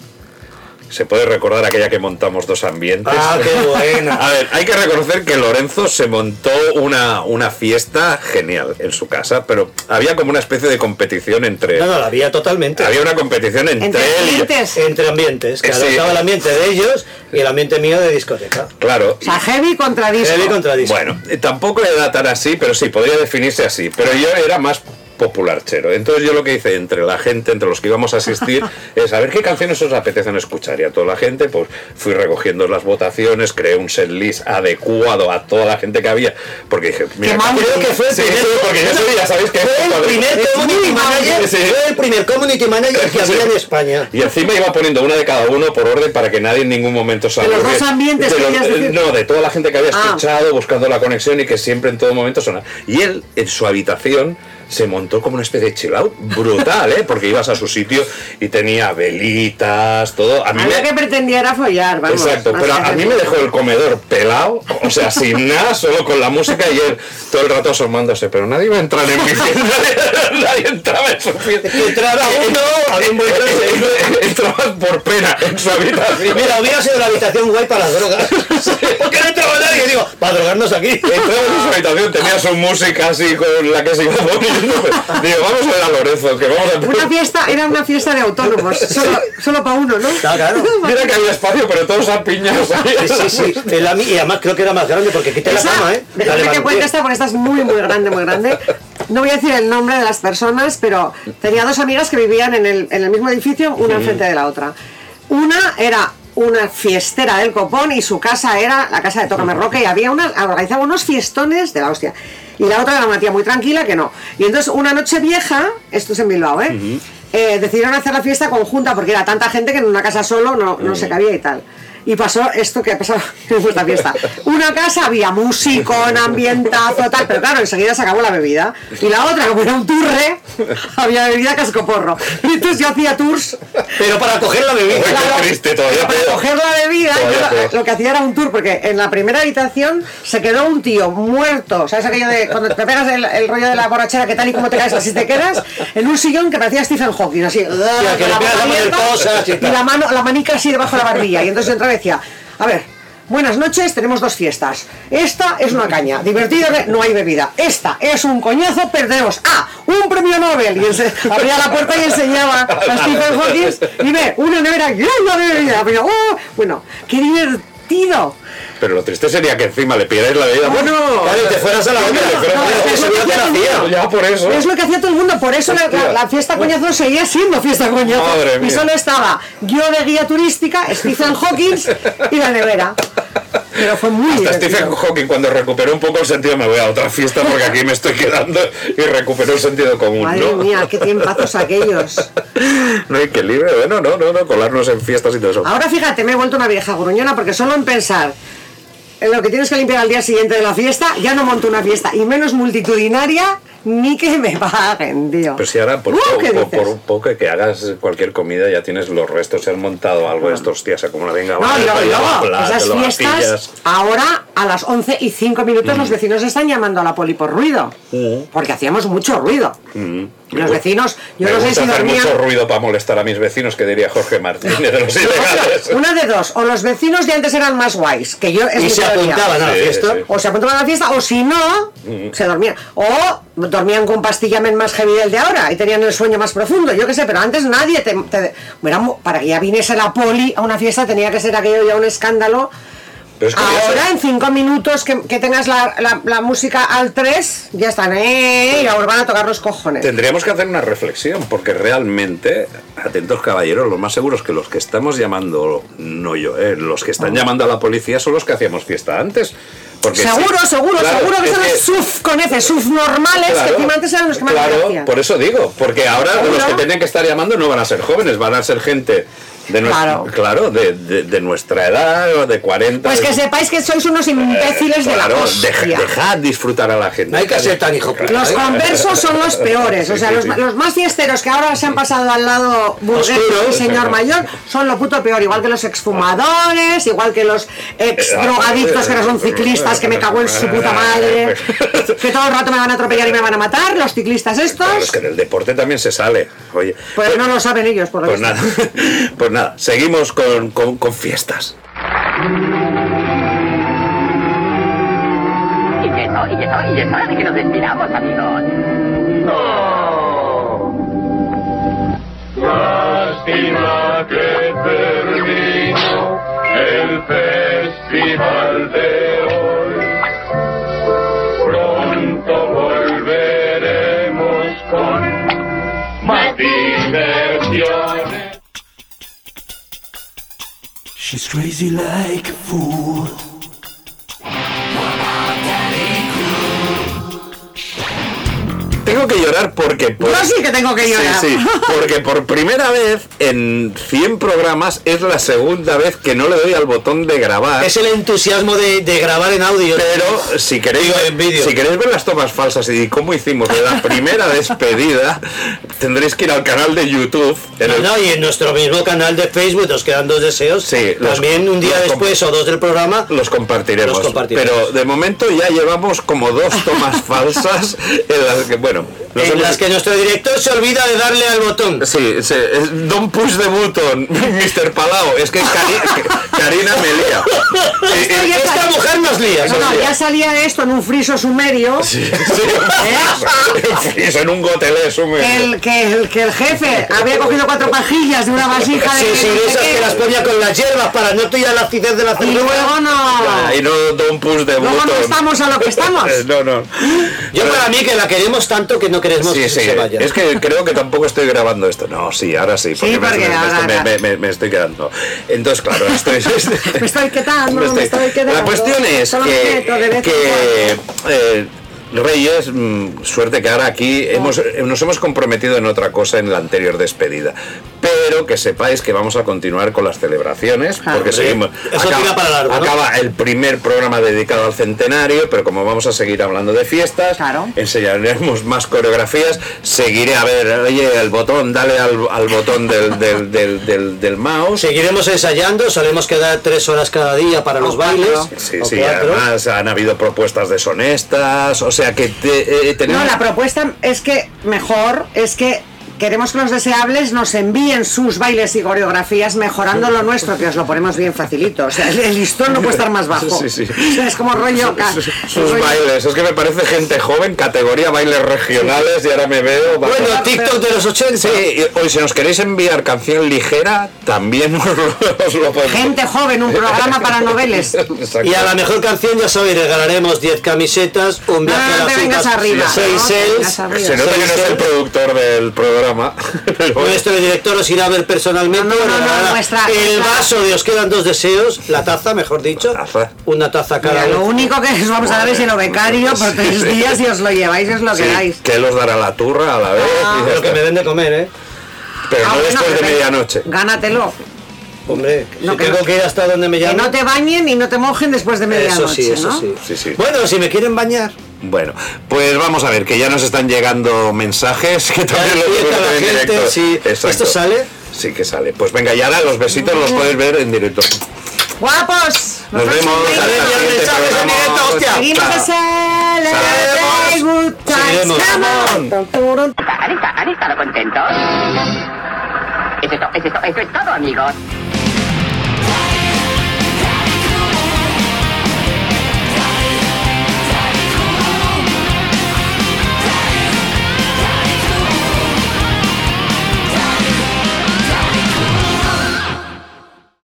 [SPEAKER 2] Se puede recordar aquella que montamos dos ambientes.
[SPEAKER 3] Ah, qué buena.
[SPEAKER 2] A ver, hay que reconocer que Lorenzo se montó una, una fiesta genial en su casa, pero había como una especie de competición entre.
[SPEAKER 3] No, no, la había totalmente.
[SPEAKER 2] Había una competición entre,
[SPEAKER 5] Entre
[SPEAKER 2] él y.
[SPEAKER 5] clientes.
[SPEAKER 3] Entre ambientes, que
[SPEAKER 2] Eh, sí.
[SPEAKER 3] estaba el ambiente de ellos y el ambiente mío de discoteca.
[SPEAKER 2] Claro.
[SPEAKER 5] O sea, heavy contra disco.
[SPEAKER 3] Heavy contra disco.
[SPEAKER 2] Bueno, eh, tampoco era tan así, pero sí, podría definirse así. Pero yo era más popularchero. Entonces yo lo que hice entre la gente, entre los que íbamos a asistir, es saber qué canciones os apetecen escuchar. Y a toda la gente, pues fui recogiendo las votaciones, creé un set list adecuado a toda la gente que había, porque dije, mira,
[SPEAKER 9] mal,
[SPEAKER 2] creo
[SPEAKER 9] tío.
[SPEAKER 2] que fue el
[SPEAKER 9] Sí,
[SPEAKER 2] primer-
[SPEAKER 9] sí,
[SPEAKER 2] porque yo soy, ya sabéis que
[SPEAKER 9] Fue el
[SPEAKER 2] joder,
[SPEAKER 9] primer
[SPEAKER 2] es muy
[SPEAKER 9] community
[SPEAKER 2] mal,
[SPEAKER 9] manager,
[SPEAKER 2] sí.
[SPEAKER 3] Fue el primer community manager que había en España.
[SPEAKER 2] Y encima iba poniendo una de cada uno por orden para que nadie en ningún momento se
[SPEAKER 5] De los
[SPEAKER 2] aburriera.
[SPEAKER 5] dos ambientes
[SPEAKER 2] De
[SPEAKER 5] que
[SPEAKER 2] los- eh,
[SPEAKER 5] querías decir.
[SPEAKER 2] No, de toda la gente que había
[SPEAKER 5] Ah.
[SPEAKER 2] escuchado, buscando la conexión y que siempre en todo momento sonaba. Y él, en su habitación, se montó como una especie de chill out brutal, ¿eh? Porque ibas a su sitio y tenía velitas, todo. A mí
[SPEAKER 5] A lo que
[SPEAKER 2] me...
[SPEAKER 5] pretendía era follar, vamos.
[SPEAKER 2] Exacto,
[SPEAKER 5] más
[SPEAKER 2] pero
[SPEAKER 5] que
[SPEAKER 2] a mí
[SPEAKER 5] hacer-
[SPEAKER 2] me dejó el comedor pelado, o sea, sin nada, solo con la música y él todo el rato asomándose, pero nadie iba a entrar en mi fiesta, nadie, nadie entraba en su Eh, fiesta.
[SPEAKER 3] Entraba uno, había un buen trance.
[SPEAKER 2] Entraban eh, por pena en su habitación.
[SPEAKER 3] Mira, hubiera sido la habitación guay para las drogas. ¿Por qué no entraba nadie? Digo, para drogarnos aquí.
[SPEAKER 2] Entraba en su habitación, tenía su música así con la que se iba poniendo. Digo, vamos a ver a Lorenzo, que vamos a
[SPEAKER 5] Una fiesta, era una fiesta de autónomos, solo, solo para uno, ¿no?
[SPEAKER 3] Claro, claro.
[SPEAKER 2] Mira que había espacio, pero todos apiñados ahí.
[SPEAKER 3] Sí, sí, sí. El ami- y además creo que era más grande porque quité la
[SPEAKER 5] Esa,
[SPEAKER 3] cama, ¿eh? La
[SPEAKER 5] Déjame que
[SPEAKER 3] levanté.
[SPEAKER 5] cuente esta porque esta es muy, muy grande, muy grande. No voy a decir el nombre de las personas, pero tenía dos amigas que vivían en el, en el mismo edificio, una enfrente de la otra. Una era una fiestera del copón y su casa era la casa de Tócame Roque y había una, organizaba unos fiestones de la hostia. Y la otra era una tía muy tranquila que no. Y entonces una noche vieja, esto es en Bilbao, ¿eh? Eh, decidieron hacer la fiesta conjunta porque era tanta gente que en una casa solo no, no se cabía y tal. Y pasó esto que ha pasado en vuestra fiesta. Una casa había músico, un ambientazo, tal, pero claro, enseguida se acabó la bebida. Y la otra, como era un turre, había bebida cascoporro. Y entonces yo hacía tours.
[SPEAKER 3] Pero para coger la bebida.
[SPEAKER 2] Uy, qué
[SPEAKER 5] claro,
[SPEAKER 2] triste, todavía
[SPEAKER 5] Para
[SPEAKER 2] peor.
[SPEAKER 5] coger la bebida,
[SPEAKER 2] Todavía
[SPEAKER 5] yo
[SPEAKER 2] peor.
[SPEAKER 5] lo, lo que hacía era un tour, porque en la primera habitación se quedó un tío muerto. ¿Sabes aquello de cuando te pegas el, el rollo de la borrachera que tal y como te caes, así te quedas? En un sillón que parecía Stephen Hawking, así.
[SPEAKER 3] que
[SPEAKER 5] con
[SPEAKER 3] le
[SPEAKER 5] la
[SPEAKER 3] pegas
[SPEAKER 5] boca
[SPEAKER 3] a poner
[SPEAKER 5] abierta,
[SPEAKER 3] cosas y
[SPEAKER 5] y
[SPEAKER 3] tal.
[SPEAKER 5] la mano, la manica así debajo de la barbilla. Y entonces yo entraba y decía, a ver, buenas noches, tenemos dos fiestas. Esta es una caña, divertida, que no hay bebida. Esta es un coñazo, perdemos. A, un premio Nobel. Y ense- abría la puerta y enseñaba a Stephen Hawking. Y ve, una nevera llena de bebida. Pero, ¡oh! bueno, qué divertido.
[SPEAKER 2] Pero lo triste sería que encima le pidierais la bebida. Bueno,
[SPEAKER 3] Claro, y te fueras a la
[SPEAKER 2] Coño,
[SPEAKER 3] boca.
[SPEAKER 2] pero
[SPEAKER 5] No,
[SPEAKER 2] mira,
[SPEAKER 5] es que
[SPEAKER 2] eso
[SPEAKER 5] es lo
[SPEAKER 2] ya
[SPEAKER 5] que
[SPEAKER 2] te la
[SPEAKER 5] hacía
[SPEAKER 2] hacía,
[SPEAKER 5] todo el
[SPEAKER 2] Ya por eso.
[SPEAKER 5] Es lo que hacía todo el mundo, por eso la, la- la fiesta coñazo seguía siendo fiesta coñazo.
[SPEAKER 2] Madre
[SPEAKER 5] y
[SPEAKER 2] mía.
[SPEAKER 5] solo estaba yo de guía turística, Stephen Hawking y la nevera. Pero fue muy
[SPEAKER 2] Hasta
[SPEAKER 5] divertido.
[SPEAKER 2] Stephen Hawking cuando recuperó un poco el sentido me voy a otra fiesta porque aquí me estoy quedando y recuperó el sentido común,
[SPEAKER 5] Madre
[SPEAKER 2] ¿no?
[SPEAKER 5] mía, qué tiempazos aquellos.
[SPEAKER 2] No hay que libre, bueno, no, no, no, colarnos en fiestas y todo eso.
[SPEAKER 5] Ahora fíjate, me he vuelto una vieja gruñona porque solo en pensar en lo que tienes que limpiar al día siguiente de la fiesta, ya no monto una fiesta. Y menos multitudinaria, ni que me paguen, tío.
[SPEAKER 2] Pero si ahora por,
[SPEAKER 5] Uh,
[SPEAKER 2] po-
[SPEAKER 5] ¿qué
[SPEAKER 2] po-
[SPEAKER 5] dices?
[SPEAKER 2] por un poco que hagas cualquier comida ya tienes los restos, se han montado algo estos días, como la venga,
[SPEAKER 5] Ah. No,
[SPEAKER 2] vale,
[SPEAKER 5] y luego,
[SPEAKER 2] vaya,
[SPEAKER 5] y luego,
[SPEAKER 2] la-
[SPEAKER 5] esas
[SPEAKER 2] te lo
[SPEAKER 5] fiestas,
[SPEAKER 2] vacillas.
[SPEAKER 5] ahora a las 11 y 5 minutos
[SPEAKER 2] Mm.
[SPEAKER 5] los vecinos están llamando a la poli por ruido. Porque hacíamos mucho ruido. Los
[SPEAKER 2] gu-
[SPEAKER 5] vecinos, yo
[SPEAKER 2] Mm. me
[SPEAKER 5] no sé
[SPEAKER 2] gusta
[SPEAKER 5] si
[SPEAKER 2] hacer
[SPEAKER 5] dormían...
[SPEAKER 2] mucho ruido para molestar a mis vecinos, que diría Jorge Martínez de los ilegales.
[SPEAKER 5] Una de dos, o los vecinos de antes eran más guays, que yo es
[SPEAKER 3] Y
[SPEAKER 5] mi
[SPEAKER 3] se
[SPEAKER 5] teoría.
[SPEAKER 3] apuntaban a la
[SPEAKER 2] Sí,
[SPEAKER 3] fiesta.
[SPEAKER 2] sí. Mm.
[SPEAKER 5] O se apuntaban a la fiesta, o si no, se dormían. O dormían con pastillamen más heavy del de ahora y tenían el sueño más profundo, yo qué sé, pero antes nadie te. te- Bueno, mo- para que ya viniese la poli a una fiesta tenía que ser aquello ya un escándalo.
[SPEAKER 2] Pero es curioso. ¿eh?
[SPEAKER 5] Ahora, en cinco minutos que, que tengas la, la- la música al 3, ya están, ¡eh! Y ahora van a tocar los cojones.
[SPEAKER 2] Tendríamos que hacer una reflexión, porque realmente, atentos caballeros, lo más seguro es que los que estamos llamando, no yo, eh, los que están llamando a la policía son los que hacíamos fiesta antes. Porque
[SPEAKER 5] Seguro,
[SPEAKER 2] sí,
[SPEAKER 5] seguro,
[SPEAKER 2] claro,
[SPEAKER 5] seguro que
[SPEAKER 2] es
[SPEAKER 5] son los suf con F, suf normales, que
[SPEAKER 2] claro,
[SPEAKER 5] encima antes eran los que más
[SPEAKER 2] claro,
[SPEAKER 5] gracia.
[SPEAKER 2] por eso digo, porque ahora
[SPEAKER 5] Seguro.
[SPEAKER 2] los que tienen que estar llamando no van a ser jóvenes, van a ser gente de, nues-
[SPEAKER 5] Claro.
[SPEAKER 2] claro, de, de- de nuestra edad o de 40.
[SPEAKER 5] Pues
[SPEAKER 2] de-
[SPEAKER 5] que sepáis que sois unos
[SPEAKER 2] eh,
[SPEAKER 5] imbéciles de la
[SPEAKER 2] claro,
[SPEAKER 5] hostia.
[SPEAKER 2] deja- dejad disfrutar a la gente.
[SPEAKER 3] No hay que ser tan hijo puta. ¿eh?
[SPEAKER 5] Los conversos son los peores, o
[SPEAKER 2] Sí,
[SPEAKER 5] sea,
[SPEAKER 2] sí,
[SPEAKER 5] los,
[SPEAKER 2] sí.
[SPEAKER 5] los más fiesteros que ahora se han pasado al lado burgués
[SPEAKER 2] Oscuros.
[SPEAKER 5] y señor mayor son lo puto peor, igual que los exfumadores, igual que los ex
[SPEAKER 2] Ah,
[SPEAKER 5] drogadictos que no
[SPEAKER 2] eh,
[SPEAKER 5] son ciclistas, que me cago en su puta madre, que todo el rato me van a atropellar y me van a matar, los ciclistas
[SPEAKER 2] Claro, es
[SPEAKER 5] estos,
[SPEAKER 2] que en el deporte también se sale. Oye,
[SPEAKER 5] pues no lo saben ellos, por lo
[SPEAKER 2] Pues
[SPEAKER 5] visto.
[SPEAKER 2] nada, pues nada, seguimos con, con- con fiestas.
[SPEAKER 9] Y eso, y eso, y es hora de que nos despidamos, amigos.
[SPEAKER 1] Lástima que terminó el festival de hoy. Pronto volveremos con
[SPEAKER 9] She's crazy like a fool.
[SPEAKER 2] Tengo que llorar porque... por-
[SPEAKER 5] Yo sí que tengo que
[SPEAKER 2] Sí,
[SPEAKER 5] llorar.
[SPEAKER 2] sí, porque por primera vez en 100 programas es la segunda vez que no le doy al botón de grabar.
[SPEAKER 3] Es el entusiasmo de, de grabar en audio.
[SPEAKER 2] Pero si queréis,
[SPEAKER 3] Digo, en vídeo.
[SPEAKER 2] si queréis ver las tomas falsas y cómo hicimos la primera despedida, tendréis que ir al canal de YouTube. en el-
[SPEAKER 3] No, y en nuestro mismo canal de Facebook nos quedan dos deseos.
[SPEAKER 2] Sí, los-
[SPEAKER 3] También un día
[SPEAKER 2] los comp-
[SPEAKER 3] después o dos del programa.
[SPEAKER 2] los compartiremos.
[SPEAKER 3] Los compartiremos.
[SPEAKER 2] Pero de momento ya llevamos como dos tomas falsas en las que, bueno, los
[SPEAKER 3] En
[SPEAKER 2] hemos-
[SPEAKER 3] las que nuestro director se olvida de darle al botón.
[SPEAKER 2] Sí, sí, es- don't push the button, Mr. Palau. Es que Cari- Karina me lía. Eh, eh,
[SPEAKER 5] ya
[SPEAKER 3] Esta
[SPEAKER 5] sabía.
[SPEAKER 3] mujer nos lía.
[SPEAKER 5] No,
[SPEAKER 3] nos
[SPEAKER 5] no,
[SPEAKER 3] lía.
[SPEAKER 5] ya salía esto en un friso sumerio.
[SPEAKER 2] sí, sí. Es en un gotelés, hombre.
[SPEAKER 5] Que ¿Eh? el, que, el, que el jefe había cogido cuatro pajillas de una vasija de.
[SPEAKER 3] Sí, sí,
[SPEAKER 5] no
[SPEAKER 3] de
[SPEAKER 5] sé
[SPEAKER 3] esas
[SPEAKER 5] qué,
[SPEAKER 3] que las ponía con las hierbas para no tirar la acidez de la
[SPEAKER 5] y luego
[SPEAKER 3] cerveza.
[SPEAKER 5] no.
[SPEAKER 2] Ya, Y no don't push the
[SPEAKER 5] Luego
[SPEAKER 2] button.
[SPEAKER 5] no estamos a lo que estamos.
[SPEAKER 2] Eh, No, no.
[SPEAKER 3] Yo para mí que la queremos tanto que no queremos
[SPEAKER 2] Sí,
[SPEAKER 3] que
[SPEAKER 2] sí.
[SPEAKER 3] se vaya.
[SPEAKER 2] Es que creo que tampoco estoy grabando esto. No, sí, ahora sí.
[SPEAKER 5] Sí, porque
[SPEAKER 2] me,
[SPEAKER 5] ahora-
[SPEAKER 2] me- me- me- me estoy quedando. Entonces, claro, estoy.
[SPEAKER 5] Me estoy quedando, me estoy quedando.
[SPEAKER 2] La cuestión es
[SPEAKER 5] Solo me
[SPEAKER 2] que.
[SPEAKER 5] meto de vez en
[SPEAKER 2] que, eh, Reyes, mm, suerte que ahora aquí
[SPEAKER 5] Oh.
[SPEAKER 2] hemos, eh, nos hemos comprometido en otra cosa en la anterior despedida. Pero que sepáis que vamos a continuar con las celebraciones,
[SPEAKER 5] Ah,
[SPEAKER 2] porque
[SPEAKER 5] hombre.
[SPEAKER 2] seguimos.
[SPEAKER 3] Eso tira para largo, ¿no?
[SPEAKER 2] acaba el primer programa dedicado al centenario, pero como vamos a seguir hablando de fiestas,
[SPEAKER 5] Claro.
[SPEAKER 2] enseñaremos más coreografías, seguiré a ver, oye, el botón, dale al, al botón del, del, del, del, del mouse.
[SPEAKER 3] Seguiremos ensayando, solemos quedar tres horas cada día para los
[SPEAKER 5] O
[SPEAKER 3] bailes.
[SPEAKER 5] cuatro.
[SPEAKER 2] Sí,
[SPEAKER 3] o
[SPEAKER 2] sí,
[SPEAKER 3] cuatro.
[SPEAKER 2] además han habido propuestas deshonestas, o sea que te- eh, tenemos...
[SPEAKER 5] No, la propuesta es que mejor es que queremos que los deseables nos envíen sus bailes y coreografías mejorando lo nuestro, que os lo ponemos bien facilito. O sea, el listón no puede estar más bajo.
[SPEAKER 2] Sí, sí.
[SPEAKER 5] O sea, es como rollo. ca-
[SPEAKER 2] Sus- Sus
[SPEAKER 5] rollo-
[SPEAKER 2] bailes, es que me parece gente joven, categoría bailes regionales y ahora me veo...
[SPEAKER 3] Bueno, TikTok de los 80.
[SPEAKER 2] Sí, y- oye, si nos queréis enviar canción ligera, también os lo, os lo podemos...
[SPEAKER 5] Gente joven, un programa para noveles.
[SPEAKER 2] Exacto.
[SPEAKER 3] Y a la mejor canción, ya sabéis, regalaremos 10 camisetas, un
[SPEAKER 5] No,
[SPEAKER 3] viaje
[SPEAKER 5] Ah, no,
[SPEAKER 3] a
[SPEAKER 5] no
[SPEAKER 3] las
[SPEAKER 5] te vengas
[SPEAKER 3] Islas
[SPEAKER 5] arriba.
[SPEAKER 3] Seychelles.
[SPEAKER 5] no, te vengas arriba.
[SPEAKER 2] Se nota que no es el productor del programa. pero bueno.
[SPEAKER 3] Nuestro director os irá a ver personalmente.
[SPEAKER 5] No, no, no, no,
[SPEAKER 3] regalará
[SPEAKER 5] nuestra-
[SPEAKER 3] el
[SPEAKER 5] nuestra-
[SPEAKER 3] vaso de Os quedan dos deseos, la taza, mejor dicho.
[SPEAKER 2] Taza.
[SPEAKER 3] Una taza cada
[SPEAKER 5] Mira, lo
[SPEAKER 3] uno.
[SPEAKER 5] único que os vamos a dar es el becario por
[SPEAKER 2] Sí,
[SPEAKER 5] tres
[SPEAKER 2] sí.
[SPEAKER 5] días y os lo lleváis, os lo
[SPEAKER 2] Sí,
[SPEAKER 5] queráis.
[SPEAKER 2] que los dará la turra a la vez. y ya
[SPEAKER 3] Ah, Lo que
[SPEAKER 2] está.
[SPEAKER 3] me den de comer, ¿eh?
[SPEAKER 2] Pero
[SPEAKER 5] Ah,
[SPEAKER 2] no
[SPEAKER 5] bueno,
[SPEAKER 2] después de
[SPEAKER 5] pero
[SPEAKER 2] medianoche.
[SPEAKER 5] Gánatelo.
[SPEAKER 3] Hombre,
[SPEAKER 5] No,
[SPEAKER 3] si
[SPEAKER 5] que
[SPEAKER 3] tengo
[SPEAKER 5] no.
[SPEAKER 3] que ir hasta donde me
[SPEAKER 5] Que
[SPEAKER 3] llamen.
[SPEAKER 5] no te bañen y no te mojen después de medianoche,
[SPEAKER 3] eso sí, eso
[SPEAKER 5] ¿no?
[SPEAKER 3] sí.
[SPEAKER 2] Sí, sí.
[SPEAKER 3] Bueno, si me quieren bañar.
[SPEAKER 2] Bueno, pues vamos a ver, que ya nos están llegando mensajes que también los
[SPEAKER 3] empieza
[SPEAKER 2] pueden
[SPEAKER 3] la
[SPEAKER 2] ver en
[SPEAKER 3] gente,
[SPEAKER 2] directo.
[SPEAKER 3] sí. ¿Esto sale?
[SPEAKER 2] Sí que sale. Pues venga, y ahora los besitos los podéis ver en directo.
[SPEAKER 5] ¡Guapos!
[SPEAKER 2] Nos vemos.
[SPEAKER 5] vemos.
[SPEAKER 2] Hasta el
[SPEAKER 3] Enviar
[SPEAKER 2] siguiente
[SPEAKER 3] mensajes en
[SPEAKER 2] programa.
[SPEAKER 3] directo, hostia.
[SPEAKER 5] Seguimos a celebrar good times.
[SPEAKER 3] Seguiremos.
[SPEAKER 5] Come on. Turun,
[SPEAKER 11] ¿Han estado, han estado contentos? ¿Es esto, es esto, eso es todo, amigos.